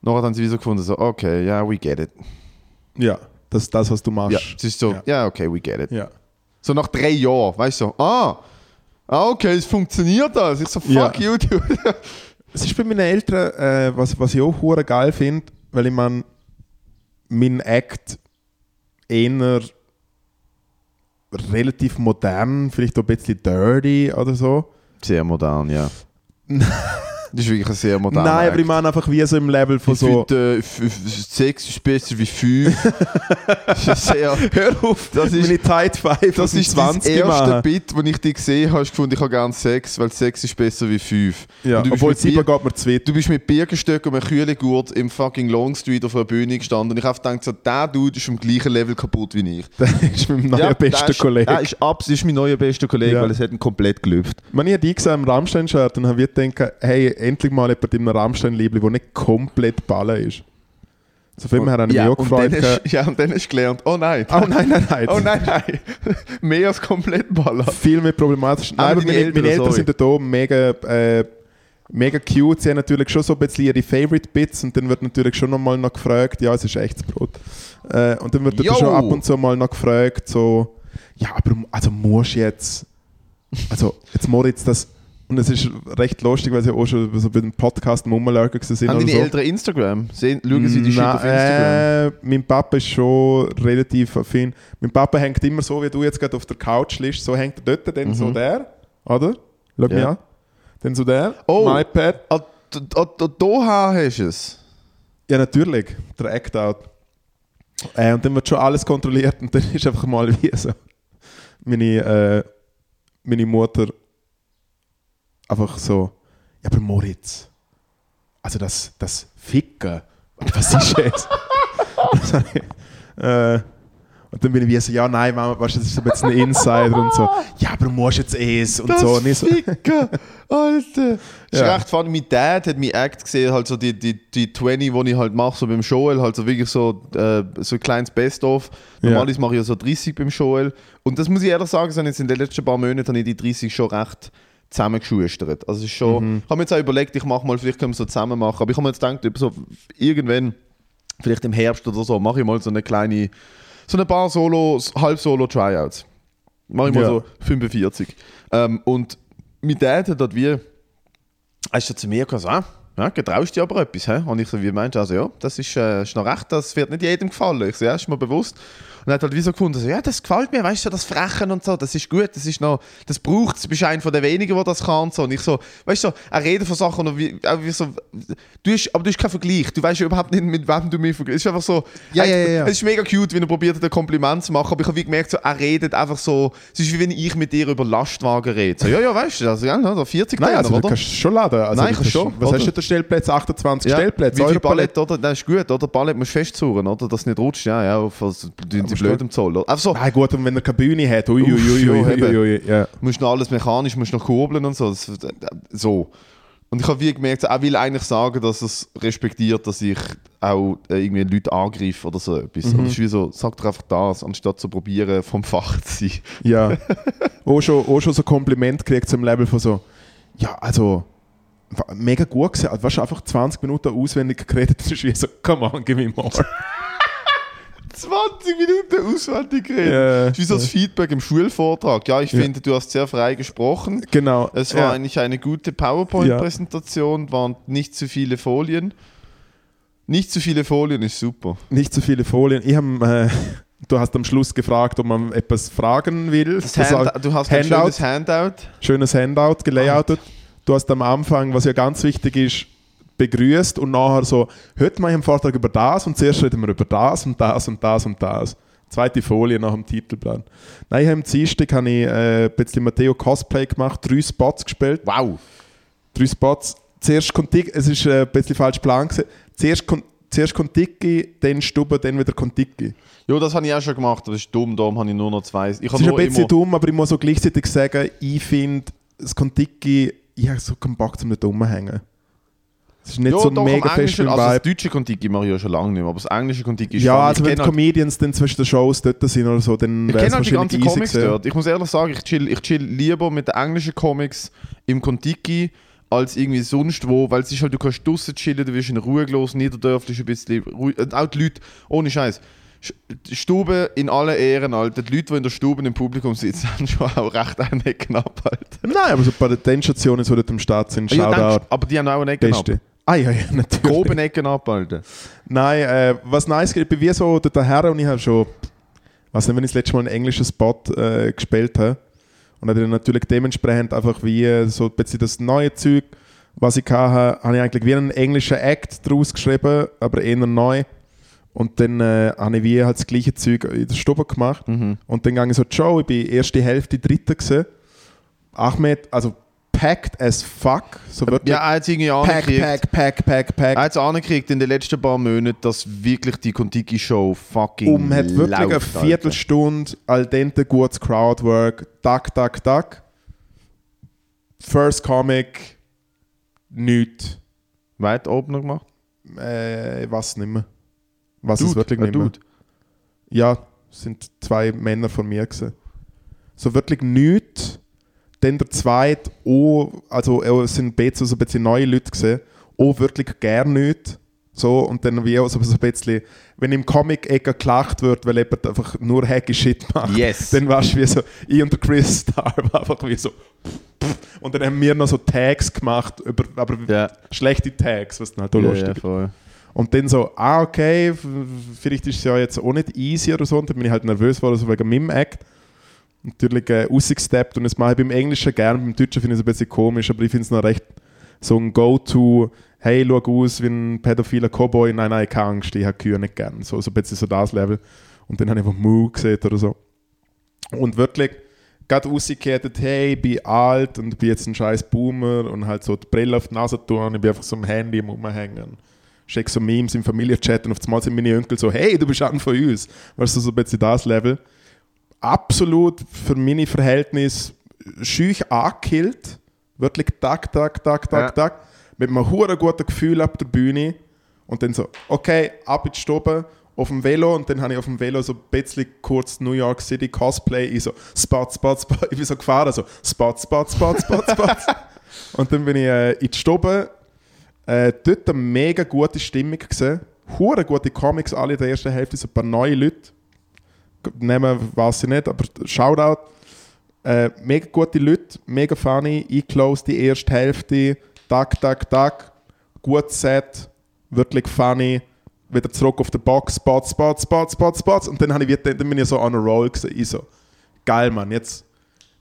Speaker 2: Nachher haben sie wieder gefunden, so, okay, ja, we get it.
Speaker 1: Ja, das ist das, was du machst.
Speaker 2: Ja, es ist so, ja,
Speaker 1: Ja.
Speaker 2: okay, we get it.
Speaker 1: Ja.
Speaker 2: So nach drei Jahren, weißt du, so, ah, ah, okay, es funktioniert das. Ich so,
Speaker 1: Ja.
Speaker 2: fuck you, dude.
Speaker 1: Es ist bei meinen Eltern, äh, was, was ich auch hure geil finde, weil ich mein, mein Act eher relativ modern, vielleicht auch ein bisschen dirty oder so.
Speaker 2: Sehr modern, ja. [LAUGHS] das ist wirklich ein sehr modern.
Speaker 1: Nein, aber ich meine einfach wie so im Level von so.
Speaker 2: Heute, sechs ist besser wie
Speaker 1: [LAUGHS]
Speaker 2: fünf. das ist sehr.
Speaker 1: Hör auf,
Speaker 2: Das ist-
Speaker 1: meine Tide 5
Speaker 2: Das ist das erste Bit, das ich dich gesehen habe, hast du gefunden, ich habe gerne Sex, weil Sex ist besser wie fünf.
Speaker 1: Ja,
Speaker 2: Und du bist
Speaker 1: obwohl
Speaker 2: mit
Speaker 1: 7
Speaker 2: Bier-
Speaker 1: geht mir zu weit.
Speaker 2: Du bist mit Birkenstöcken und einem Kühlegurt im fucking Longstreet auf einer Bühne gestanden und ich habe gedacht, so, der Dude ist am gleichen Level kaputt wie ich.
Speaker 1: [LAUGHS] Das ist mein neuer
Speaker 2: Ja,
Speaker 1: bester
Speaker 2: der ist-
Speaker 1: Kollege.
Speaker 2: Der ist, abs ist mein neuer bester Kollege,
Speaker 1: Ja.
Speaker 2: weil es hat ihn komplett gelüpft.
Speaker 1: Wenn ich die gesehen im Rammstein-Shirt und habe ich gedacht, hey, endlich mal jemand in einem Rammstein-Liebling, der nicht komplett ballen ist. So viel her habe ich mich auch
Speaker 2: und dann [LAUGHS]
Speaker 1: gefreut.
Speaker 2: hast, ja, und dann hast du gelernt, oh nein,
Speaker 1: Oh nein, nein, nein.
Speaker 2: oh nein, nein, [LAUGHS] mehr als komplett Baller.
Speaker 1: Viel mehr problematisch. Nein,
Speaker 2: Ah,
Speaker 1: aber
Speaker 2: deine
Speaker 1: meine,
Speaker 2: Eltern,
Speaker 1: meine Eltern
Speaker 2: sorry.
Speaker 1: sind da oben mega, äh, mega cute. Sie haben natürlich schon so ein bisschen ihre Favorite Bits und dann wird natürlich schon nochmal noch gefragt, ja, es ist echtes Brot. Äh, und dann wird
Speaker 2: Yo!
Speaker 1: dann schon ab und zu mal noch gefragt, so, ja, aber mu- also musst du jetzt. Also, jetzt Moritz, das. Und es ist recht lustig, weil sie auch schon so bei dem Podcast Mummelurker sind.
Speaker 2: Haben
Speaker 1: oder
Speaker 2: deine
Speaker 1: so.
Speaker 2: Eltern Instagram? Sehen, schauen sie die Shit
Speaker 1: Nein,
Speaker 2: auf Instagram?
Speaker 1: also- Äh, mein Papa ist schon relativ affin. Mein Papa hängt immer so, wie du jetzt gerade auf der Couch liegst, so hängt er dort, dann so der, oder? Schau mich
Speaker 2: Mhm. Ja.
Speaker 1: an. Dann so der,
Speaker 2: Oh.
Speaker 1: mein iPad.
Speaker 2: Ah, d- d- d- da hast du es.
Speaker 1: Ja, natürlich, der Act-Out. Äh, und dann wird schon alles kontrolliert und dann [LAUGHS] ist einfach mal wie so. Meine, äh, meine Mutter einfach so, ja, aber Moritz, also das, das Ficken,
Speaker 2: [LAUGHS]
Speaker 1: was ist jetzt? äh, und dann bin ich wie so, ja, nein, Mama, weißt du, das ist so jetzt ein Insider und so, ja, aber du musst jetzt es und so. Und ich so, [LAUGHS]
Speaker 2: Ficken, Alter. Das ist
Speaker 1: Ja.
Speaker 2: recht funny. Mein Dad hat mein Act gesehen, halt so die, die, die 20, die ich halt mache, so beim Joel, halt so wirklich so, äh, so ein kleines Best-of.
Speaker 1: Ja.
Speaker 2: Normalerweise mache ich ja so 30 beim Joel. Und das muss ich ehrlich sagen, so jetzt in den letzten paar Monaten habe ich die 30 schon recht zusammengeschustert. Also es ist schon,
Speaker 1: Mhm.
Speaker 2: ich habe mir jetzt auch überlegt, ich mache mal, vielleicht können wir so zusammen machen, aber ich habe mir jetzt gedacht, ob so irgendwann, vielleicht im Herbst oder so, mache ich mal so eine kleine, so ein paar Solo, Halb-Solo-Tryouts. Mache ich mal
Speaker 1: Ja.
Speaker 2: so 45. Ähm, und mein Dad hat dort wie, hast du zu mir gesagt, ah, ja, getraust dir aber etwas, hä? Und ich so, wie meinst du? Also ja, das ist, äh, ist noch recht, das wird nicht jedem gefallen. Ich so, ja, ist mir bewusst. Und er hat halt wie so gefunden, so, ja, das gefällt mir, weißt du, das Frechen und so, das ist gut, das ist noch, das braucht es, du bist einer von den wenigen, der das kann. Und, so. und ich so, weißt du, so, er redet von Sachen, und wie, auch wie so, du hast, aber du hast keinen Vergleich, du weißt ja überhaupt nicht, mit wem du mich vergleichst. Es ist einfach so,
Speaker 1: Ja, ja, ja,
Speaker 2: eigentlich-
Speaker 1: ja.
Speaker 2: es ist mega cute, wenn er probiert hat, ein Kompliment zu machen, aber ich habe wie gemerkt, so, er redet einfach so, es ist wie wenn ich mit dir über Lastwagen rede. So, ja, ja, weißt du, das, ja, so 40
Speaker 1: Nein,
Speaker 2: Tonnen,
Speaker 1: also du kannst schon laden. Also,
Speaker 2: Nein,
Speaker 1: du
Speaker 2: kannst schon,
Speaker 1: Was
Speaker 2: oder?
Speaker 1: hast du da Stellplätze? 28
Speaker 2: Ja,
Speaker 1: Stellplätze,
Speaker 2: Wie viel
Speaker 1: Europalette.
Speaker 2: Palette, oder? Das ist gut, oder? Palette musst du festzurren, oder? Dass es nicht rutscht. Ja, ja, auf, also, tun sie
Speaker 1: musst
Speaker 2: blöd
Speaker 1: du-
Speaker 2: im Zoll. Oder? Einfach so,
Speaker 1: Nein, Ah, gut, und wenn er keine Bühne hat, ui, ui,
Speaker 2: Uff,
Speaker 1: ui,
Speaker 2: ja,
Speaker 1: ui, ui,
Speaker 2: eben.
Speaker 1: ui, ja.
Speaker 2: musst noch alles mechanisch, musst noch kurbeln und so. Das, äh, so. Und ich habe wie gemerkt, er will eigentlich sagen, dass es respektiert, dass ich auch äh, irgendwie Leute angreife oder so etwas.
Speaker 1: Mhm.
Speaker 2: Und es ist wie so, sag doch einfach das, anstatt zu probieren, vom Fach zu sein.
Speaker 1: ja. [LAUGHS] auch, schon, auch schon so ein Kompliment gekriegt zum Level von so, ja, also, wa- mega gut gesehen. Also, weißt du, einfach 20 Minuten auswendig geredet, das ist wie so, come on, give me more.
Speaker 2: 20 Minuten auswendig geredet.
Speaker 1: Ja.
Speaker 2: Das ist wie so das Feedback im Schulvortrag. Ja, ich
Speaker 1: Ja.
Speaker 2: finde, du hast sehr frei gesprochen.
Speaker 1: [LAUGHS] genau.
Speaker 2: Es war
Speaker 1: ja.
Speaker 2: eigentlich eine gute PowerPoint-Präsentation, waren nicht zu viele Folien. Nicht zu viele Folien ist super.
Speaker 1: Nicht so viele Folien. Ich habe, äh, du hast am Schluss gefragt, ob man etwas fragen will.
Speaker 2: Hand-
Speaker 1: hat-
Speaker 2: du hast ein
Speaker 1: Handout.
Speaker 2: schönes Handout.
Speaker 1: schönes Handout gelayoutet. Du hast am Anfang, was ja ganz wichtig ist, begrüßt und nachher so, heute mal im Vortrag über das und zuerst reden wir über das und das und das und das. Zweite Folie nach dem Titelplan. Nein, ich habe am Dienstag habe ich äh, ein bisschen Matteo Cosplay gemacht, drei Spots gespielt.
Speaker 2: Wow.
Speaker 1: Drei Spots. Zuerst Contiki, es ist äh, ein bisschen falsch geplant. gewesen. Zuerst, Kon- zuerst Contiki, dann Stube, dann wieder Contiki.
Speaker 2: Ja, das habe ich auch schon gemacht, aber das ist dumm, darum habe ich nur noch zwei. Ich
Speaker 1: Es
Speaker 2: habe
Speaker 1: ist ein
Speaker 2: nur
Speaker 1: bisschen
Speaker 2: immer,
Speaker 1: dumm, aber ich muss auch gleichzeitig sagen, ich finde, das Kontiki, ich habe so keinen Bock zum nicht rumhängen. Es ist nicht
Speaker 2: ja,
Speaker 1: so
Speaker 2: doch,
Speaker 1: mega
Speaker 2: am
Speaker 1: fest
Speaker 2: Englischen,
Speaker 1: im
Speaker 2: also das
Speaker 1: Vibe.
Speaker 2: deutsche Kontiki mache ich ja schon lange nicht mehr, aber das englische Kontiki ist
Speaker 1: Ja,
Speaker 2: funny.
Speaker 1: also
Speaker 2: ich
Speaker 1: wenn die
Speaker 2: kenne halt,
Speaker 1: Comedians dann zwischen den Shows dort sind oder so, dann
Speaker 2: ich
Speaker 1: wäre
Speaker 2: kenne
Speaker 1: es
Speaker 2: halt die
Speaker 1: wahrscheinlich
Speaker 2: ganzen
Speaker 1: easy
Speaker 2: Comics
Speaker 1: gewesen.
Speaker 2: dort. Ich muss ehrlich sagen, ich chill, ich chill lieber mit den englischen Comics im Kontiki als irgendwie sonst wo, weil es ist halt, du kannst draussen chillen, du wirst in Ruhe los, niederdörflich ein bisschen ruhig. Und auch die Leute, ohne Scheiß. Sch- die Stube in aller Ehren, Alter. Die Leute, die in der Stube im Publikum sitzen, [LAUGHS] haben schon auch recht einen knapp, Alter.
Speaker 1: Nein, aber so bei den Tennstationen, die dort am Start sind,
Speaker 2: Ah Ja, genau.
Speaker 1: Shoutout.
Speaker 2: denkst- aber die haben auch einen Ecken ab.
Speaker 1: Beste. Ah ja, ja, [LAUGHS] natürlich.
Speaker 2: Groben Ecken ab, Alter.
Speaker 1: Nein, äh, was nice geht, ich bin wie so der Herr und ich habe schon, weiß nicht, wenn ich das letzte Mal einen englischen Spot äh, gespielt habe. Und habe dann natürlich dementsprechend einfach wie äh, so ein bisschen das neue Zeug, was ich hatte, habe ich eigentlich wie einen englischen Act draus geschrieben, aber eher neu. Und dann äh, habe ich wie halt das gleiche Zeug in der Stube gemacht.
Speaker 2: Mhm.
Speaker 1: Und dann ging ich so die Show, ich bin erste Hälfte, dritte gewesen. Ahmed, also packed as fuck, so wirklich.
Speaker 2: Ja, Ah, er hat irgendwie
Speaker 1: pack,
Speaker 2: angekriegt.
Speaker 1: pack, pack, pack, pack.
Speaker 2: Er hat es angekriegt in den letzten paar Monaten, dass wirklich die Kontiki-Show fucking
Speaker 1: um hat wirklich
Speaker 2: läuft,
Speaker 1: eine
Speaker 2: Alter.
Speaker 1: Viertelstunde al dente gutes Crowdwork, tak, tak, tak. First Comic, nichts.
Speaker 2: Weit Opener gemacht?
Speaker 1: Äh, ich weiß nicht mehr. Was
Speaker 2: Dude, äh,
Speaker 1: ist Also wirklich
Speaker 2: ein
Speaker 1: nicht mehr.
Speaker 2: Dude.
Speaker 1: Ja, es sind zwei Männer von mir gewesen. So wirklich nichts. Dann der zweite, oh, also äh, es sind B so ein bisschen neue Leute gewesen. Oh, wirklich gern nichts. So, und dann wie auch so ein bisschen, wenn im Comic-Ecke gelacht wird, weil jemand einfach nur hacky Shit macht,
Speaker 2: Yes.
Speaker 1: dann warst du wie so, ich und der Chris [LAUGHS] Star war einfach wie so, pff, pff. und dann haben wir noch so Tags gemacht, über, aber
Speaker 2: Ja.
Speaker 1: schlechte Tags, was dann halt auch
Speaker 2: Ja,
Speaker 1: lustig
Speaker 2: ja, voll.
Speaker 1: und dann so, ah, okay, f- f- vielleicht ist es ja jetzt auch nicht easy oder so. Und dann bin ich halt nervös geworden, so wegen meinem Act. Natürlich äh, rausgesteppt und das mache ich beim Englischen gern, beim Deutschen finde ich es ein bisschen komisch, aber ich finde es noch recht so ein Go-To, hey, schau aus wie ein pädophiler Cowboy, nein, nein, keine Angst, ich habe Kühe nicht gern. So, so ein bisschen so das Level. Und dann habe ich einfach Moo gesehen oder so. Und wirklich, gerade rausgekehrt, hey, ich bin alt und bin jetzt ein scheiß Boomer und halt so die Brille auf die Nase tun und ich bin einfach so am Handy am Umhängen. Schick so Memes im Familienchat und auf einmal sind meine Onkel so, hey, du bist einer von uns. Weißt du, so ein bisschen das Level. Absolut für meine Verhältnis schüch angekillt. Wirklich tak, tak, tak, tak,
Speaker 2: Ja.
Speaker 1: tak. Mit einem hohen guten Gefühl ab der Bühne. Und dann so, okay, ab in die Stube, auf dem Velo. Und dann habe ich auf dem Velo so ein bisschen kurz New York City Cosplay. Ich so, Spot, Spot, Spot. Ich bin so gefahren, so, Spot, Spot, Spot, Spot, Spot. und dann bin ich äh, in die Stube. Äh, dort eine mega gute Stimmung gesehen. Hure gute Comics, alle in der ersten Hälfte, so ein paar neue Leute. G- Nehmen weiß ich nicht, aber Shoutout. Äh, mega gute Leute, mega funny, eingeclosed die erste Hälfte, tak, tak, tak. Gut Set, wirklich funny. Wieder zurück auf den Box, Spot, Spot, Spot, Spot, Spots. Und dann, habe ich, wieder- dann bin ich so on a roll gewesen. Ich so, geil, Mann, jetzt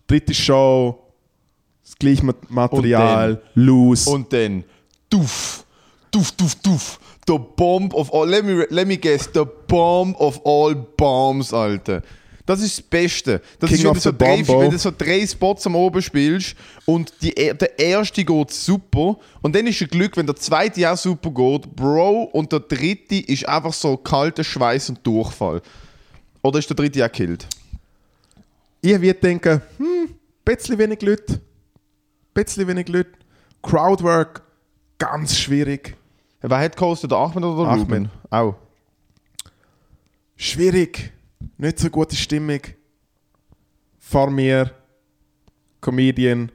Speaker 1: dritte Show, das gleiche Mat- Material, loose.
Speaker 2: Und dann, duff, duff, duff, duff. The bomb of all, let me, let me guess, the bomb of all bombs, Alter. Das ist das Beste. Das
Speaker 1: King
Speaker 2: ist, wenn
Speaker 1: of
Speaker 2: du, so
Speaker 1: the
Speaker 2: drei,
Speaker 1: Bombo.
Speaker 2: wenn du so drei Spots am Oben spielst und die, e- der erste geht super und dann ist ein Glück, wenn der zweite auch super geht, Bro, und der dritte ist einfach so kalter Schweiß und Durchfall. Oder ist der dritte auch killed?
Speaker 1: ich würde denken, hm, ein bisschen wenig Leute, ein bisschen wenig Leute, Crowdwork, ganz schwierig,
Speaker 2: Wer hat gehostet, der Ahmed oder der
Speaker 1: Ahmed.
Speaker 2: Ruben? Auch.
Speaker 1: schwierig, nicht so gute Stimmung, vor mir, Comedian,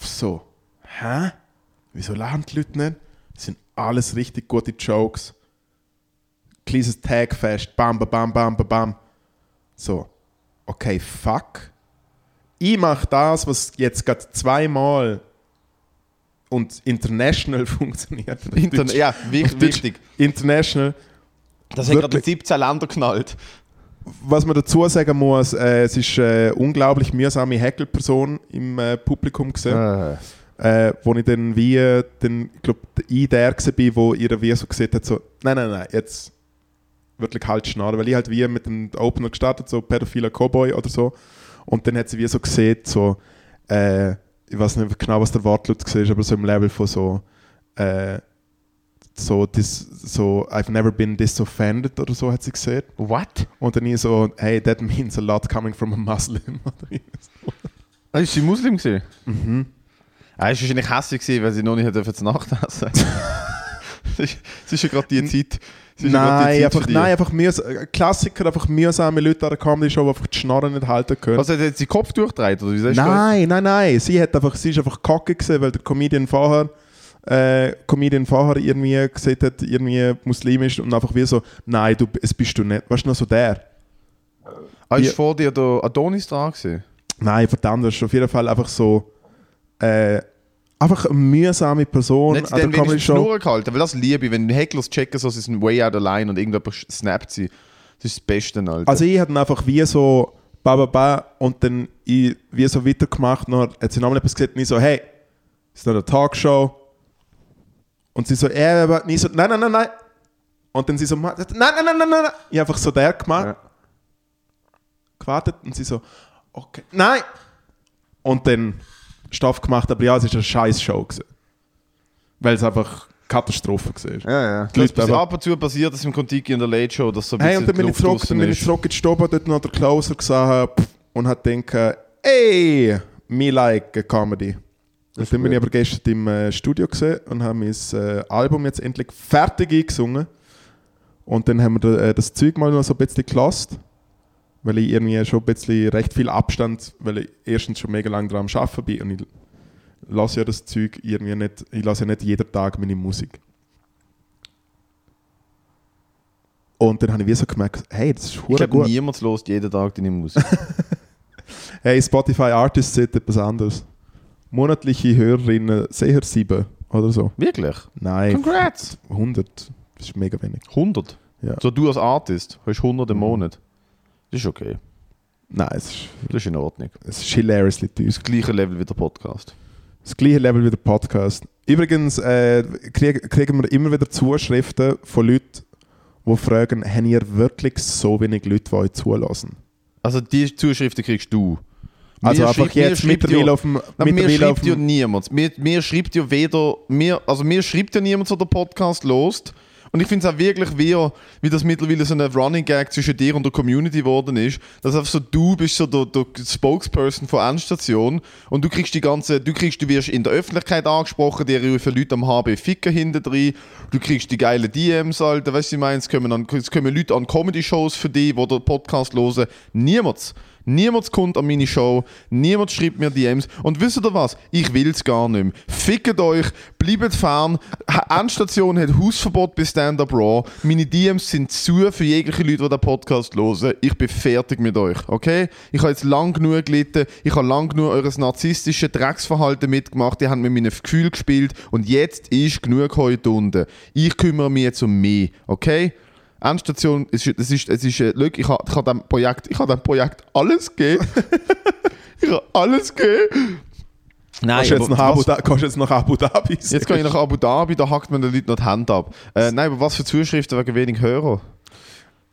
Speaker 1: Ach so, hä? Wieso lachen die Leute nicht? Das sind alles richtig gute Jokes. Kleines Tagfest, bam, bam, bam, bam, bam, bam. So, okay, fuck. Ich mache das, was jetzt gerade zweimal und international [LAUGHS] funktioniert.
Speaker 2: Inter-
Speaker 1: Auf
Speaker 2: ja, wich-
Speaker 1: auf Deutsch
Speaker 2: wichtig.
Speaker 1: International.
Speaker 2: Das hat gerade
Speaker 1: Wirklich?
Speaker 2: in 17 Länder knallt.
Speaker 1: Was man dazu sagen muss, äh, es ist äh, unglaublich mühsame Heckelperson im äh, Publikum gesehen. äh, wo ich dann wie, äh, dann, ich glaube, ich der war, wo ihr wie so gesagt hat, so, nein, nein, nein, jetzt wirklich halt schnarren, weil ich halt wie mit dem Opener gestartet, so pädophiler Cowboy oder so, und dann hat sie wie so gesehen, so, äh, ich weiß nicht genau, was der Wortlaut war, aber so im Level von so, äh, so, this, so, I've never been this offended oder so hat sie gesehen.
Speaker 2: What?
Speaker 1: Und dann ich so, hey, that means a lot coming from a Muslim. [LAUGHS]
Speaker 2: Ah, ist sie Muslim gewesen?
Speaker 1: [LAUGHS]
Speaker 2: Mhm. Ah, ist wahrscheinlich hässlich gewesen, weil sie noch nicht durfte zu Nacht essen. Es ist ja gerade die Zeit. es ist ja gerade die
Speaker 1: Nein,
Speaker 2: Zeit
Speaker 1: einfach,
Speaker 2: für die.
Speaker 1: nein, einfach mühs äh, Klassiker, einfach mühsame Leute an der Comedy-Show, die einfach die Schnarren nicht halten können.
Speaker 2: Was hat jetzt die Kopf durchdreht? Oder wie sagst du das?
Speaker 1: Nein, nein, nein. Sie hat einfach, sie ist einfach kacke gewesen, weil der Comedian vorher, äh, Comedian vorher irgendwie gesagt hat, irgendwie muslimisch und einfach wie so, nein, du, es bist du nicht. Weißt du noch so der?
Speaker 2: Ah, ist
Speaker 1: Ja.
Speaker 2: vor dir der Adonis dran gewesen?
Speaker 1: Nein, verdammt, das ist auf jeden Fall einfach so, äh, einfach eine mühsame Person
Speaker 2: Nicht
Speaker 1: an
Speaker 2: dann
Speaker 1: der
Speaker 2: wenigstens
Speaker 1: Comedy-Show.
Speaker 2: Schnur gehalten, weil das liebe ich, wenn Hecklers checken, so sie sind way out of line und irgendjemand sch- snappt sie. Das ist das Beste, Alter.
Speaker 1: Also ich habe dann einfach wie so ba, ba, ba und dann ich wie so weitergemacht und dann hat sie nochmal etwas gesagt und ich so, hey, ist noch eine Talkshow? Und sie so, äh, aber nicht so, nein, nein, nein, nein. Und dann sie so, ma- nein, nein, nein, nein, nein. nein. Ich habe einfach so der gemacht,
Speaker 2: Ja.
Speaker 1: gewartet und sie so, okay, nein. Und dann Stoff gemacht, aber ja, es war eine scheiß Show. gewesen. Weil es einfach Katastrophe war.
Speaker 2: ja, ja.
Speaker 1: Die
Speaker 2: Das
Speaker 1: Leute
Speaker 2: ist
Speaker 1: aber-
Speaker 2: ab und zu passiert, dass im Kontiki in der Late Show, dass so ein
Speaker 1: Hey,
Speaker 2: bisschen
Speaker 1: und dann bin ich
Speaker 2: die Luft
Speaker 1: zurück, dann
Speaker 2: draussen
Speaker 1: bin ich
Speaker 2: ist.
Speaker 1: zurück ins Stoba, dort noch den Closer gesehen hab und hat gedacht, ey, me like a comedy. Und dann bin ich aber gestern im äh, Studio gesehen und habe mein äh, Album jetzt endlich fertig eingesungen. Und dann haben wir da, äh, das Zeug mal noch so ein bisschen gelost, weil ich irgendwie schon ein bisschen recht viel Abstand, weil ich erstens schon mega lange dran am Arbeiten bin und ich lasse ja das Zeug irgendwie nicht, ich lasse ja nicht jeden Tag meine Musik. Und dann habe ich wie so gemerkt, hey, das ist
Speaker 2: Ich
Speaker 1: hure
Speaker 2: glaube,
Speaker 1: gut.
Speaker 2: niemand lost jeden Tag deine
Speaker 1: [LAUGHS]
Speaker 2: Musik.
Speaker 1: Hey, Spotify Artists sind etwas anderes. Monatliche Hörerinnen, sicher sieben oder so.
Speaker 2: Wirklich?
Speaker 1: Nein,
Speaker 2: Congrats!
Speaker 1: 100. Das ist mega wenig.
Speaker 2: 100?
Speaker 1: Ja. Mhm.
Speaker 2: So du als Artist hast 100 im Monat. Das ist okay.
Speaker 1: Nein, es ist,
Speaker 2: Das ist in Ordnung.
Speaker 1: es ist hilariously teuer.
Speaker 2: Das gleiche Level wie der Podcast.
Speaker 1: Das gleiche Level wie der Podcast. Übrigens äh, krieg, kriegen wir immer wieder Zuschriften von Leuten, die fragen, haben ihr wirklich so wenig Leute, die euch zulassen?
Speaker 2: Also die Zuschriften kriegst du.
Speaker 1: Also
Speaker 2: Mir
Speaker 1: einfach
Speaker 2: schreibt- mir
Speaker 1: jetzt
Speaker 2: schreibt
Speaker 1: mittlerweile
Speaker 2: ja-
Speaker 1: auf dem...
Speaker 2: Nein, mir
Speaker 1: mittlerweile auf
Speaker 2: schreibt ja
Speaker 1: dem
Speaker 2: niemand. Mir, mir schreibt ja weder. Mir, also mir schreibt ja niemand, der den Podcast lost. Und ich finde es auch wirklich weird, wie das mittlerweile so ein Running Gag zwischen dir und der Community geworden ist. Dass einfach so du bist so der, der Spokesperson von Endstation und du kriegst die ganze, du kriegst, du wirst in der Öffentlichkeit angesprochen, dir rufen Leute am HB Ficker hinten drin, du kriegst die geilen DMs, Alter, weißt du, ich meine, es kommen, an, es kommen Leute an Comedy-Shows für dich, die den Podcast hören. Niemand. Niemand kommt an meine Show, niemand schreibt mir DMs. Und wisst ihr was? Ich will's gar nicht mehr. Fickt euch, bleibt fern. Ha- Endstation hat Hausverbot bei Stand-Up Raw. Meine DMs sind zu für jegliche Leute, die den Podcast hören. Ich bin fertig mit euch, okay? Ich habe jetzt lang genug gelitten, ich habe lang genug eures narzisstischen Drecksverhalten mitgemacht, ihr habt mit meinen Gefühlen gespielt und jetzt ist genug heute unten. Ich kümmere mich jetzt um mich, okay? Endstation, es ist, es ist, es ist äh, schau, ich habe ich hab dem Projekt, ich habe dem Projekt alles gegeben. ich habe alles gegeben. Nein,
Speaker 1: Kannst du jetzt, nach Abu Da- kannst du jetzt nach Abu Dhabi
Speaker 2: jetzt gehe ich nach Abu Dhabi, da hackt man den Leuten noch die Hand ab. Äh, nein, aber was für Zuschriften wegen wenig Hörer?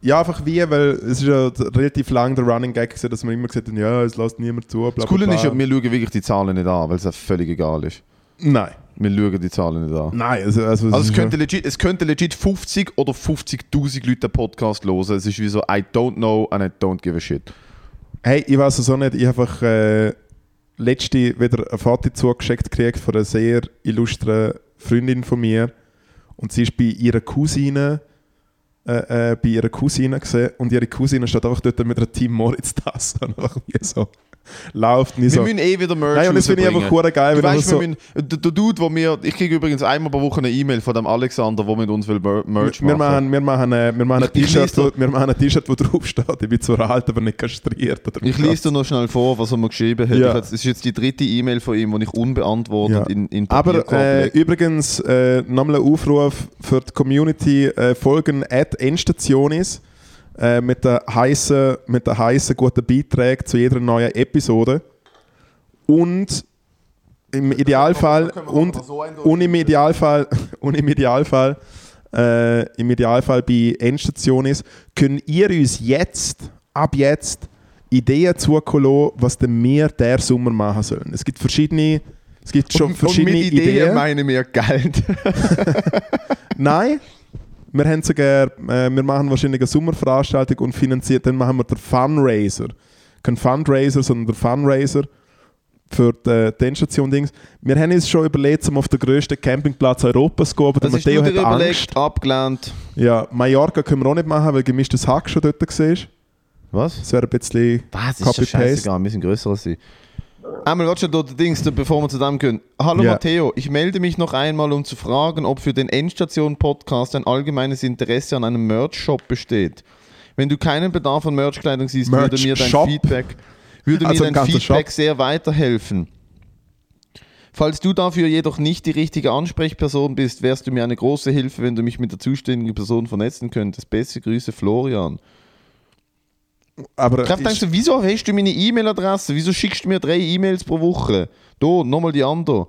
Speaker 1: Ja, einfach wie, weil es ist ja relativ lang der Running Gag gewesen, dass man immer gesagt hat, ja, es lässt niemand zu, bla, bla,
Speaker 2: Das Coole
Speaker 1: bla.
Speaker 2: ist ja, wir schauen wirklich die Zahlen nicht an, weil es ja völlig egal ist.
Speaker 1: Nein,
Speaker 2: Wir schauen die Zahlen nicht an.
Speaker 1: nein, also... also,
Speaker 2: Also es
Speaker 1: ist
Speaker 2: könnte legit, es könnte legit 50 oder 50'000 Leute den Podcast hören. Es ist wie so, I don't know and I don't give a shit.
Speaker 1: ja- Hey, ich weiß es auch nicht, ich habe einfach äh, letzte wieder ein Foto zugeschickt gekriegt von einer sehr illustren Freundin von mir und sie ist bei ihrer Cousine äh, äh, bei ihrer Cousine gesehen und ihre Cousine steht einfach dort mit einer Team Moritz-Tasse und einfach wie [LAUGHS] so läuft und ich
Speaker 2: Wir
Speaker 1: so...
Speaker 2: müssen eh wieder Merch
Speaker 1: Nein, und das finde ich einfach
Speaker 2: rausbringen.
Speaker 1: cool geil,
Speaker 2: Du
Speaker 1: wenn
Speaker 2: weißt,
Speaker 1: so...
Speaker 2: wir müssen, der, der Dude, wo mir, ich kriege übrigens einmal pro Woche eine E-Mail von dem Alexander, der mit uns will Mer- Merch
Speaker 1: wir
Speaker 2: machen.
Speaker 1: machen, wir machen, äh, wir machen ein
Speaker 2: Ich- ich
Speaker 1: T-Shirt,
Speaker 2: lese
Speaker 1: wo- wir machen ein T-Shirt, wo drauf steht, ich bin zwar alt, aber nicht kastriert. Oder
Speaker 2: Ich lese dir noch schnell vor, was er mir geschrieben hat.
Speaker 1: Ja.
Speaker 2: Ich hab- Es ist jetzt die dritte E-Mail von ihm, die ich unbeantwortet
Speaker 1: Ja.
Speaker 2: in, in
Speaker 1: aber
Speaker 2: Papierkorb
Speaker 1: äh,
Speaker 2: leg.
Speaker 1: übrigens, äh, nochmal ein Aufruf für die Community, äh, folgen at Endstationis äh, mit der heißen, mit der heißen guten Beiträge zu jeder neuen Episode. Und im Idealfall und, und im Idealfall [LAUGHS] und im Idealfall äh, im Idealfall bei Endstation ist, können ihr uns jetzt ab jetzt Ideen zukommen, was denn wir der Sommer machen sollen. Es gibt verschiedene es gibt schon verschiedene
Speaker 2: und mit Ideen,
Speaker 1: Ideen.
Speaker 2: meine wir
Speaker 1: [LAUGHS]
Speaker 2: Geld.
Speaker 1: Nein. Wir, haben sogar, äh, wir machen wahrscheinlich eine Sommerveranstaltung und finanziert, dann machen wir den Fundraiser. Kein Fundraiser, sondern der Fundraiser. für die Endstation Dings. Wir haben uns schon überlegt, um auf den grössten Campingplatz Europas zu gehen, aber der
Speaker 2: Das ist
Speaker 1: Matteo
Speaker 2: nur
Speaker 1: hat
Speaker 2: dir
Speaker 1: Angst.
Speaker 2: überlegt, abgelehnt.
Speaker 1: Ja, Mallorca können wir auch nicht machen, weil gemischtes Hack schon dort war.
Speaker 2: Was?
Speaker 1: Das wäre ein bisschen...
Speaker 2: Was? Ist
Speaker 1: Copy-Paste.
Speaker 2: Copy scheißegal, wir sind größer als sie. Einmal willst du da den Dings, bevor wir zu dem gehen. Hallo
Speaker 1: Ja.
Speaker 2: Matteo, ich melde mich noch einmal, um zu fragen, ob für den Endstation-Podcast ein allgemeines Interesse an einem Merch-Shop besteht. Wenn du keinen Bedarf an Merch-Kleidung siehst, würde mir dein
Speaker 1: Merch-Shop?
Speaker 2: Feedback, würde
Speaker 1: Also
Speaker 2: mir
Speaker 1: ein
Speaker 2: dein
Speaker 1: ganzer
Speaker 2: Feedback
Speaker 1: Shop?
Speaker 2: sehr weiterhelfen. Falls du dafür jedoch nicht die richtige Ansprechperson bist, wärst du mir eine große Hilfe, wenn du mich mit der zuständigen Person vernetzen könntest. Beste Grüße, Florian.
Speaker 1: Aber
Speaker 2: Ich denkst
Speaker 1: ist,
Speaker 2: du, wieso hast du meine E-Mail-Adresse? Wieso schickst du mir drei E-Mails pro Woche? Da, nochmal die andere.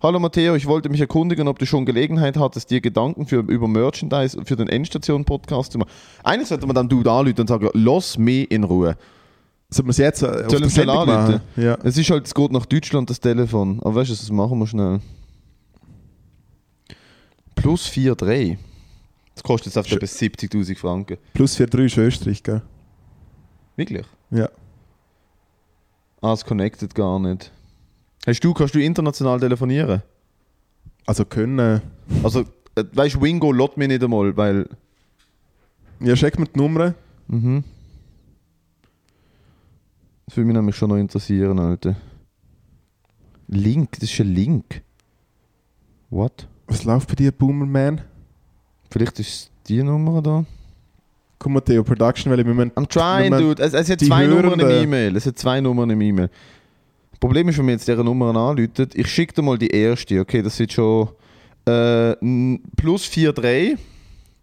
Speaker 2: Hallo Matteo, ich wollte mich erkundigen, ob du schon Gelegenheit hattest, dir Gedanken für, über Merchandise für den Endstation-Podcast zu machen. Eines sollte man dann Dude anrufen und sagen, lass mich in Ruhe.
Speaker 1: sollen wir es jetzt äh, auf
Speaker 2: Sollen
Speaker 1: der
Speaker 2: wir schnell
Speaker 1: Sendung machen?
Speaker 2: anrufen?
Speaker 1: Ja.
Speaker 2: Es ist halt, es geht nach Deutschland das Telefon. Aber weißt du, das machen wir schnell. Plus 4,3. Das kostet jetzt auf der bis 70.000 Franken.
Speaker 1: Plus 4-3 ist Österreich, gell?
Speaker 2: Wirklich?
Speaker 1: Ja.
Speaker 2: Ah, es connected gar nicht. Hast du, kannst du international telefonieren?
Speaker 1: Also können...
Speaker 2: Also, äh, weißt du, Wingo lädt mich nicht einmal, weil.
Speaker 1: Ja, schick mir die Nummer.
Speaker 2: Mhm. Das würde mich nämlich schon noch interessieren, Alter. Link, das ist ein Link. What?
Speaker 1: Was läuft bei dir, Boomerman?
Speaker 2: Vielleicht ist es die Nummer da?
Speaker 1: Komm, Matteo, Production, weil wir müssen...
Speaker 2: I'm trying,
Speaker 1: Nummer-
Speaker 2: dude. Es, es hat
Speaker 1: die
Speaker 2: zwei Nummern im
Speaker 1: Hörenden.
Speaker 2: E-Mail. Es hat zwei Nummern im E-Mail. Problem ist, wenn mir jetzt deren Nummern anläutet, ich schicke dir mal die erste, okay? Das sind schon äh, n- plus 4,3.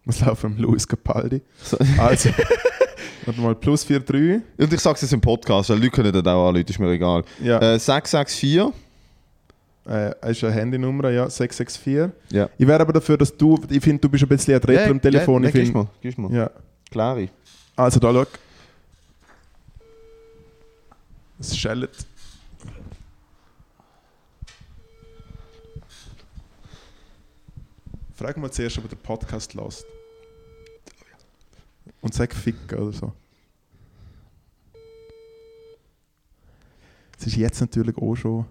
Speaker 1: Was läuft am Louis Capaldi?
Speaker 2: So. [LAUGHS]
Speaker 1: Also, warte mal, plus 4-3.
Speaker 2: Und ich sage es im Podcast, weil Leute können das auch anrufen, ist mir egal.
Speaker 1: Ja.
Speaker 2: Äh, 664.
Speaker 1: Äh, ist eine Handynummer, ja, 664.
Speaker 2: Ja.
Speaker 1: Ich wäre aber dafür, dass du, ich finde, du bist ein bisschen ein Retter im Telefon.
Speaker 2: Ja,
Speaker 1: ich
Speaker 2: gib's
Speaker 1: find,
Speaker 2: mal, gib's mal.
Speaker 1: ja.
Speaker 2: Klari.
Speaker 1: Also da schau. Es schellt. Frag mal zuerst, ob er den Podcast lässt. Und sag Fick oder so. Es ist jetzt natürlich auch schon.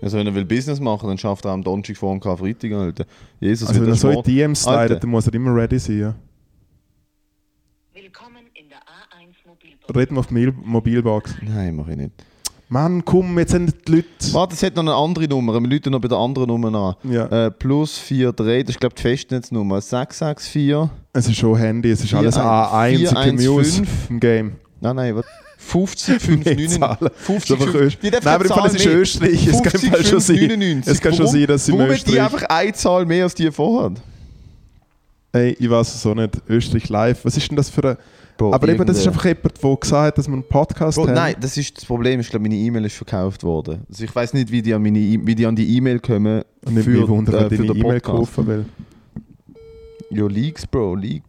Speaker 2: Also wenn er will Business machen, dann schafft er am Donnerstag vor dem Karfreitag, Alter. Jesus,
Speaker 1: Also, wenn
Speaker 2: wieder
Speaker 1: er so in
Speaker 2: Sport.
Speaker 1: DMs
Speaker 2: Alter.
Speaker 1: slidet, dann muss er immer ready sein. Ja.
Speaker 3: Willkommen in der A1 Mobilbox.
Speaker 1: Reden wir auf die Mil- Mobilbox.
Speaker 2: Nein, mach ich nicht.
Speaker 1: Mann, komm, jetzt sind die Leute.
Speaker 2: Warte, es hat noch eine andere Nummer. Wir rufen noch bei der anderen Nummer an.
Speaker 1: Ja.
Speaker 2: Äh, plus 43, das ist glaube ich die Festnetznummer. 664.
Speaker 1: Es ist schon Handy, es ist alles
Speaker 2: 4-1-
Speaker 1: A1 in
Speaker 2: 4-1-5.
Speaker 1: News im Game.
Speaker 2: Nein, nein,
Speaker 1: [LAUGHS]
Speaker 2: was? 50, 5,
Speaker 1: Nee,
Speaker 2: 99.
Speaker 1: Zahlen.
Speaker 2: 50,
Speaker 1: Das ist einfach
Speaker 2: fünf-
Speaker 1: Öst-
Speaker 2: Die dürfen
Speaker 1: Nein, aber im Fall,
Speaker 2: Zahlen
Speaker 1: es ist
Speaker 2: mehr.
Speaker 1: Österreich, es kann im Fall schon sein.
Speaker 2: 99.
Speaker 1: Es kann schon sein, dass sie im
Speaker 2: Warum hat die
Speaker 1: Österreich-
Speaker 2: einfach eine Zahl mehr als die vorher?
Speaker 1: Ey, ich weiß es auch nicht. Österreich Live, was ist denn das für ein.
Speaker 2: Bro,
Speaker 1: aber eben, das ist
Speaker 2: irgendein-
Speaker 1: einfach jemand, der gesagt hat, dass wir einen Podcast
Speaker 2: Bro,
Speaker 1: haben.
Speaker 2: nein, das ist das Problem. Ich glaube, meine E-Mail ist verkauft worden. Also ich weiß nicht, wie die an, meine e wie die, an die E-Mail kommen.
Speaker 1: Und nicht mich wundern, wenn
Speaker 2: äh, für
Speaker 1: deine
Speaker 2: den
Speaker 1: E-Mail
Speaker 2: Podcast.
Speaker 1: kaufen will.
Speaker 2: Ja, Leaks, Bro, Leaks.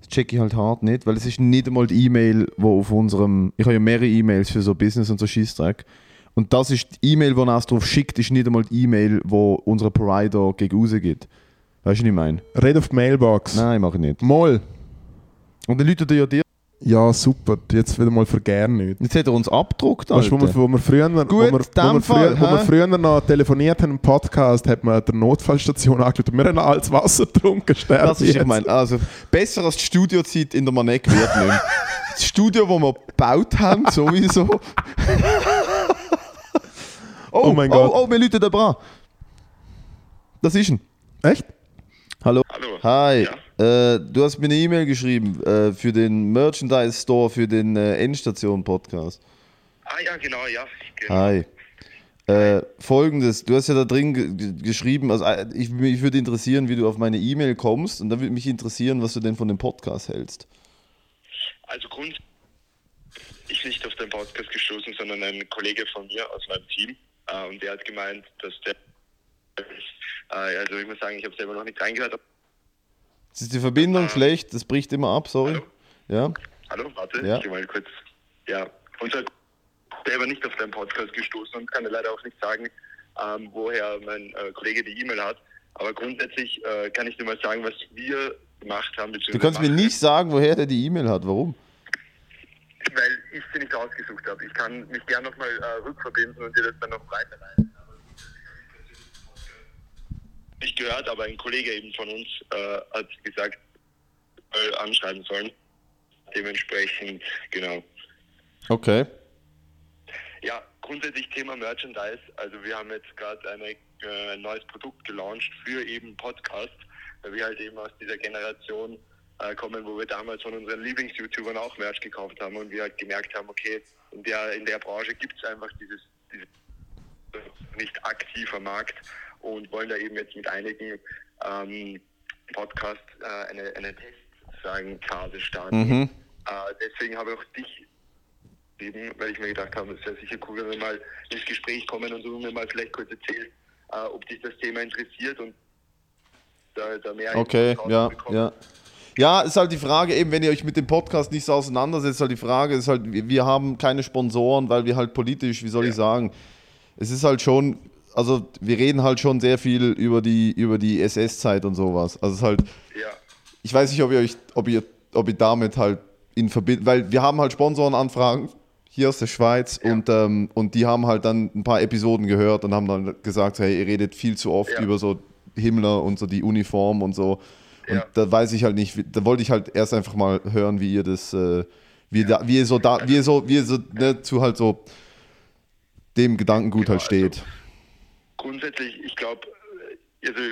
Speaker 2: Das check ich halt hart nicht, weil es ist nicht einmal die E-Mail, wo auf unserem. Ich habe ja mehrere E-Mails für so Business und so Scheißdreck. Und das ist die E-Mail, die Nas drauf schickt, ist nicht einmal die E-Mail, wo unser Provider gegen rausgeht. Weißt du, was ich meine?
Speaker 1: Red auf die Mailbox.
Speaker 2: Nein, mache ich nicht.
Speaker 1: Moll.
Speaker 2: Und dann läutet er ja dir.
Speaker 1: Ja, super. Jetzt wieder mal für gern nichts.
Speaker 2: Jetzt hat er uns abgedruckt,
Speaker 1: Weißt du, wo wir,
Speaker 2: Alter.
Speaker 1: wo wir früher, wo wir,
Speaker 2: in
Speaker 1: wo wir
Speaker 2: dem
Speaker 1: früher,
Speaker 2: Fall,
Speaker 1: wo wir
Speaker 2: hä?
Speaker 1: früher noch telefoniert haben im Podcast, hat man der Notfallstation angeschaut. Wir haben alles Wasser getrunken, sterben
Speaker 2: Das ist, ich
Speaker 1: jetzt.
Speaker 2: meine, also besser als die Studiozeit in der Manek wird nicht. mehr. Das Studio, das wir gebaut haben, sowieso. oh,
Speaker 1: [LAUGHS] Oh mein Gott.
Speaker 2: Oh, oh, wir läuten da an. Das ist ihn.
Speaker 1: Echt?
Speaker 2: Hallo.
Speaker 4: Hallo.
Speaker 2: Hi.
Speaker 4: Ja.
Speaker 2: Äh, du hast mir eine E-Mail geschrieben äh, für den Merchandise Store, für den äh, Endstation Podcast.
Speaker 4: Ah ja, genau, ja. Ich,
Speaker 2: Hi. Äh, Folgendes, du hast ja da drin ge ge- geschrieben, also äh, ich, mich würde interessieren, wie du auf meine E-Mail kommst und dann würde mich interessieren, was du denn von dem Podcast hältst.
Speaker 4: also Grund, ich bin nicht auf den Podcast gestoßen, sondern ein Kollege von mir aus meinem Team. Äh, und der hat gemeint, dass der, äh, also ich muss sagen, ich habe selber noch nicht reingehört. aber-
Speaker 2: Jetzt ist die Verbindung schlecht, das bricht immer ab, sorry.
Speaker 4: Äh, Hallo?
Speaker 2: Ja.
Speaker 4: Hallo, warte,
Speaker 2: Ja.
Speaker 4: ich geh mal kurz. Ja, unser selber nicht auf deinen Podcast gestoßen und kann dir leider auch nicht sagen, ähm, woher mein äh, Kollege die E-Mail hat. Aber grundsätzlich äh, kann ich dir mal sagen, was wir gemacht haben.
Speaker 2: Du kannst mir nicht sagen, woher der die E-Mail hat, warum?
Speaker 4: weil ich sie nicht ausgesucht habe. Ich kann mich gerne nochmal äh, rückverbinden und dir das dann noch weiterleiten. Nicht gehört, aber ein Kollege eben von uns äh, hat gesagt, äh, anschreiben sollen. Dementsprechend, genau.
Speaker 2: Okay.
Speaker 4: Ja, grundsätzlich Thema Merchandise. Also wir haben jetzt gerade eine, äh, ein neues Produkt gelauncht für eben Podcast, weil wir halt eben aus dieser Generation äh, kommen, wo wir damals von unseren Lieblings-YouTubern auch Merch gekauft haben und wir halt gemerkt haben, okay, in der, in der Branche gibt es einfach dieses, dieses nicht aktiver Markt und wollen da eben jetzt mit einigen ähm, Podcasts äh, eine, eine Test, sagen, Phase starten.
Speaker 2: Mhm.
Speaker 4: Äh, deswegen habe ich auch dich eben, weil ich mir gedacht habe, es wäre sicher cool, wenn wir mal ins Gespräch kommen und du mir mal vielleicht kurz erzählst, äh, ob dich das Thema interessiert und da, da mehr
Speaker 2: Okay,
Speaker 4: Infos
Speaker 2: ja,
Speaker 4: rausbekommst.
Speaker 2: ja. Ja, ist halt die Frage, eben, wenn ihr euch mit dem Podcast nicht so auseinandersetzt, ist halt die Frage, ist halt, wir wir haben keine Sponsoren, weil wir halt politisch, wie soll ich sagen, es ist halt schon, also wir reden halt schon sehr viel über die, über die SS-Zeit und sowas. Also es ist halt,
Speaker 4: Ja.
Speaker 2: ich weiß nicht, ob ihr euch, ob ihr, ob ihr damit halt in Verbindung, weil wir haben halt Sponsorenanfragen hier aus der Schweiz und, ähm, und die haben halt dann ein paar Episoden gehört und haben dann gesagt, so, hey, ihr redet viel zu oft
Speaker 4: Ja.
Speaker 2: über so Himmler und so die Uniform und so. Und
Speaker 4: Ja.
Speaker 2: da weiß ich halt nicht, wie- da wollte ich halt erst einfach mal hören, wie ihr das, äh, wie, ihr da, wie ihr so da, wie ihr so, wie ihr so ne, zu halt so dem Gedankengut
Speaker 4: Genau,
Speaker 2: halt steht.
Speaker 4: also- grundsätzlich, ich glaube, also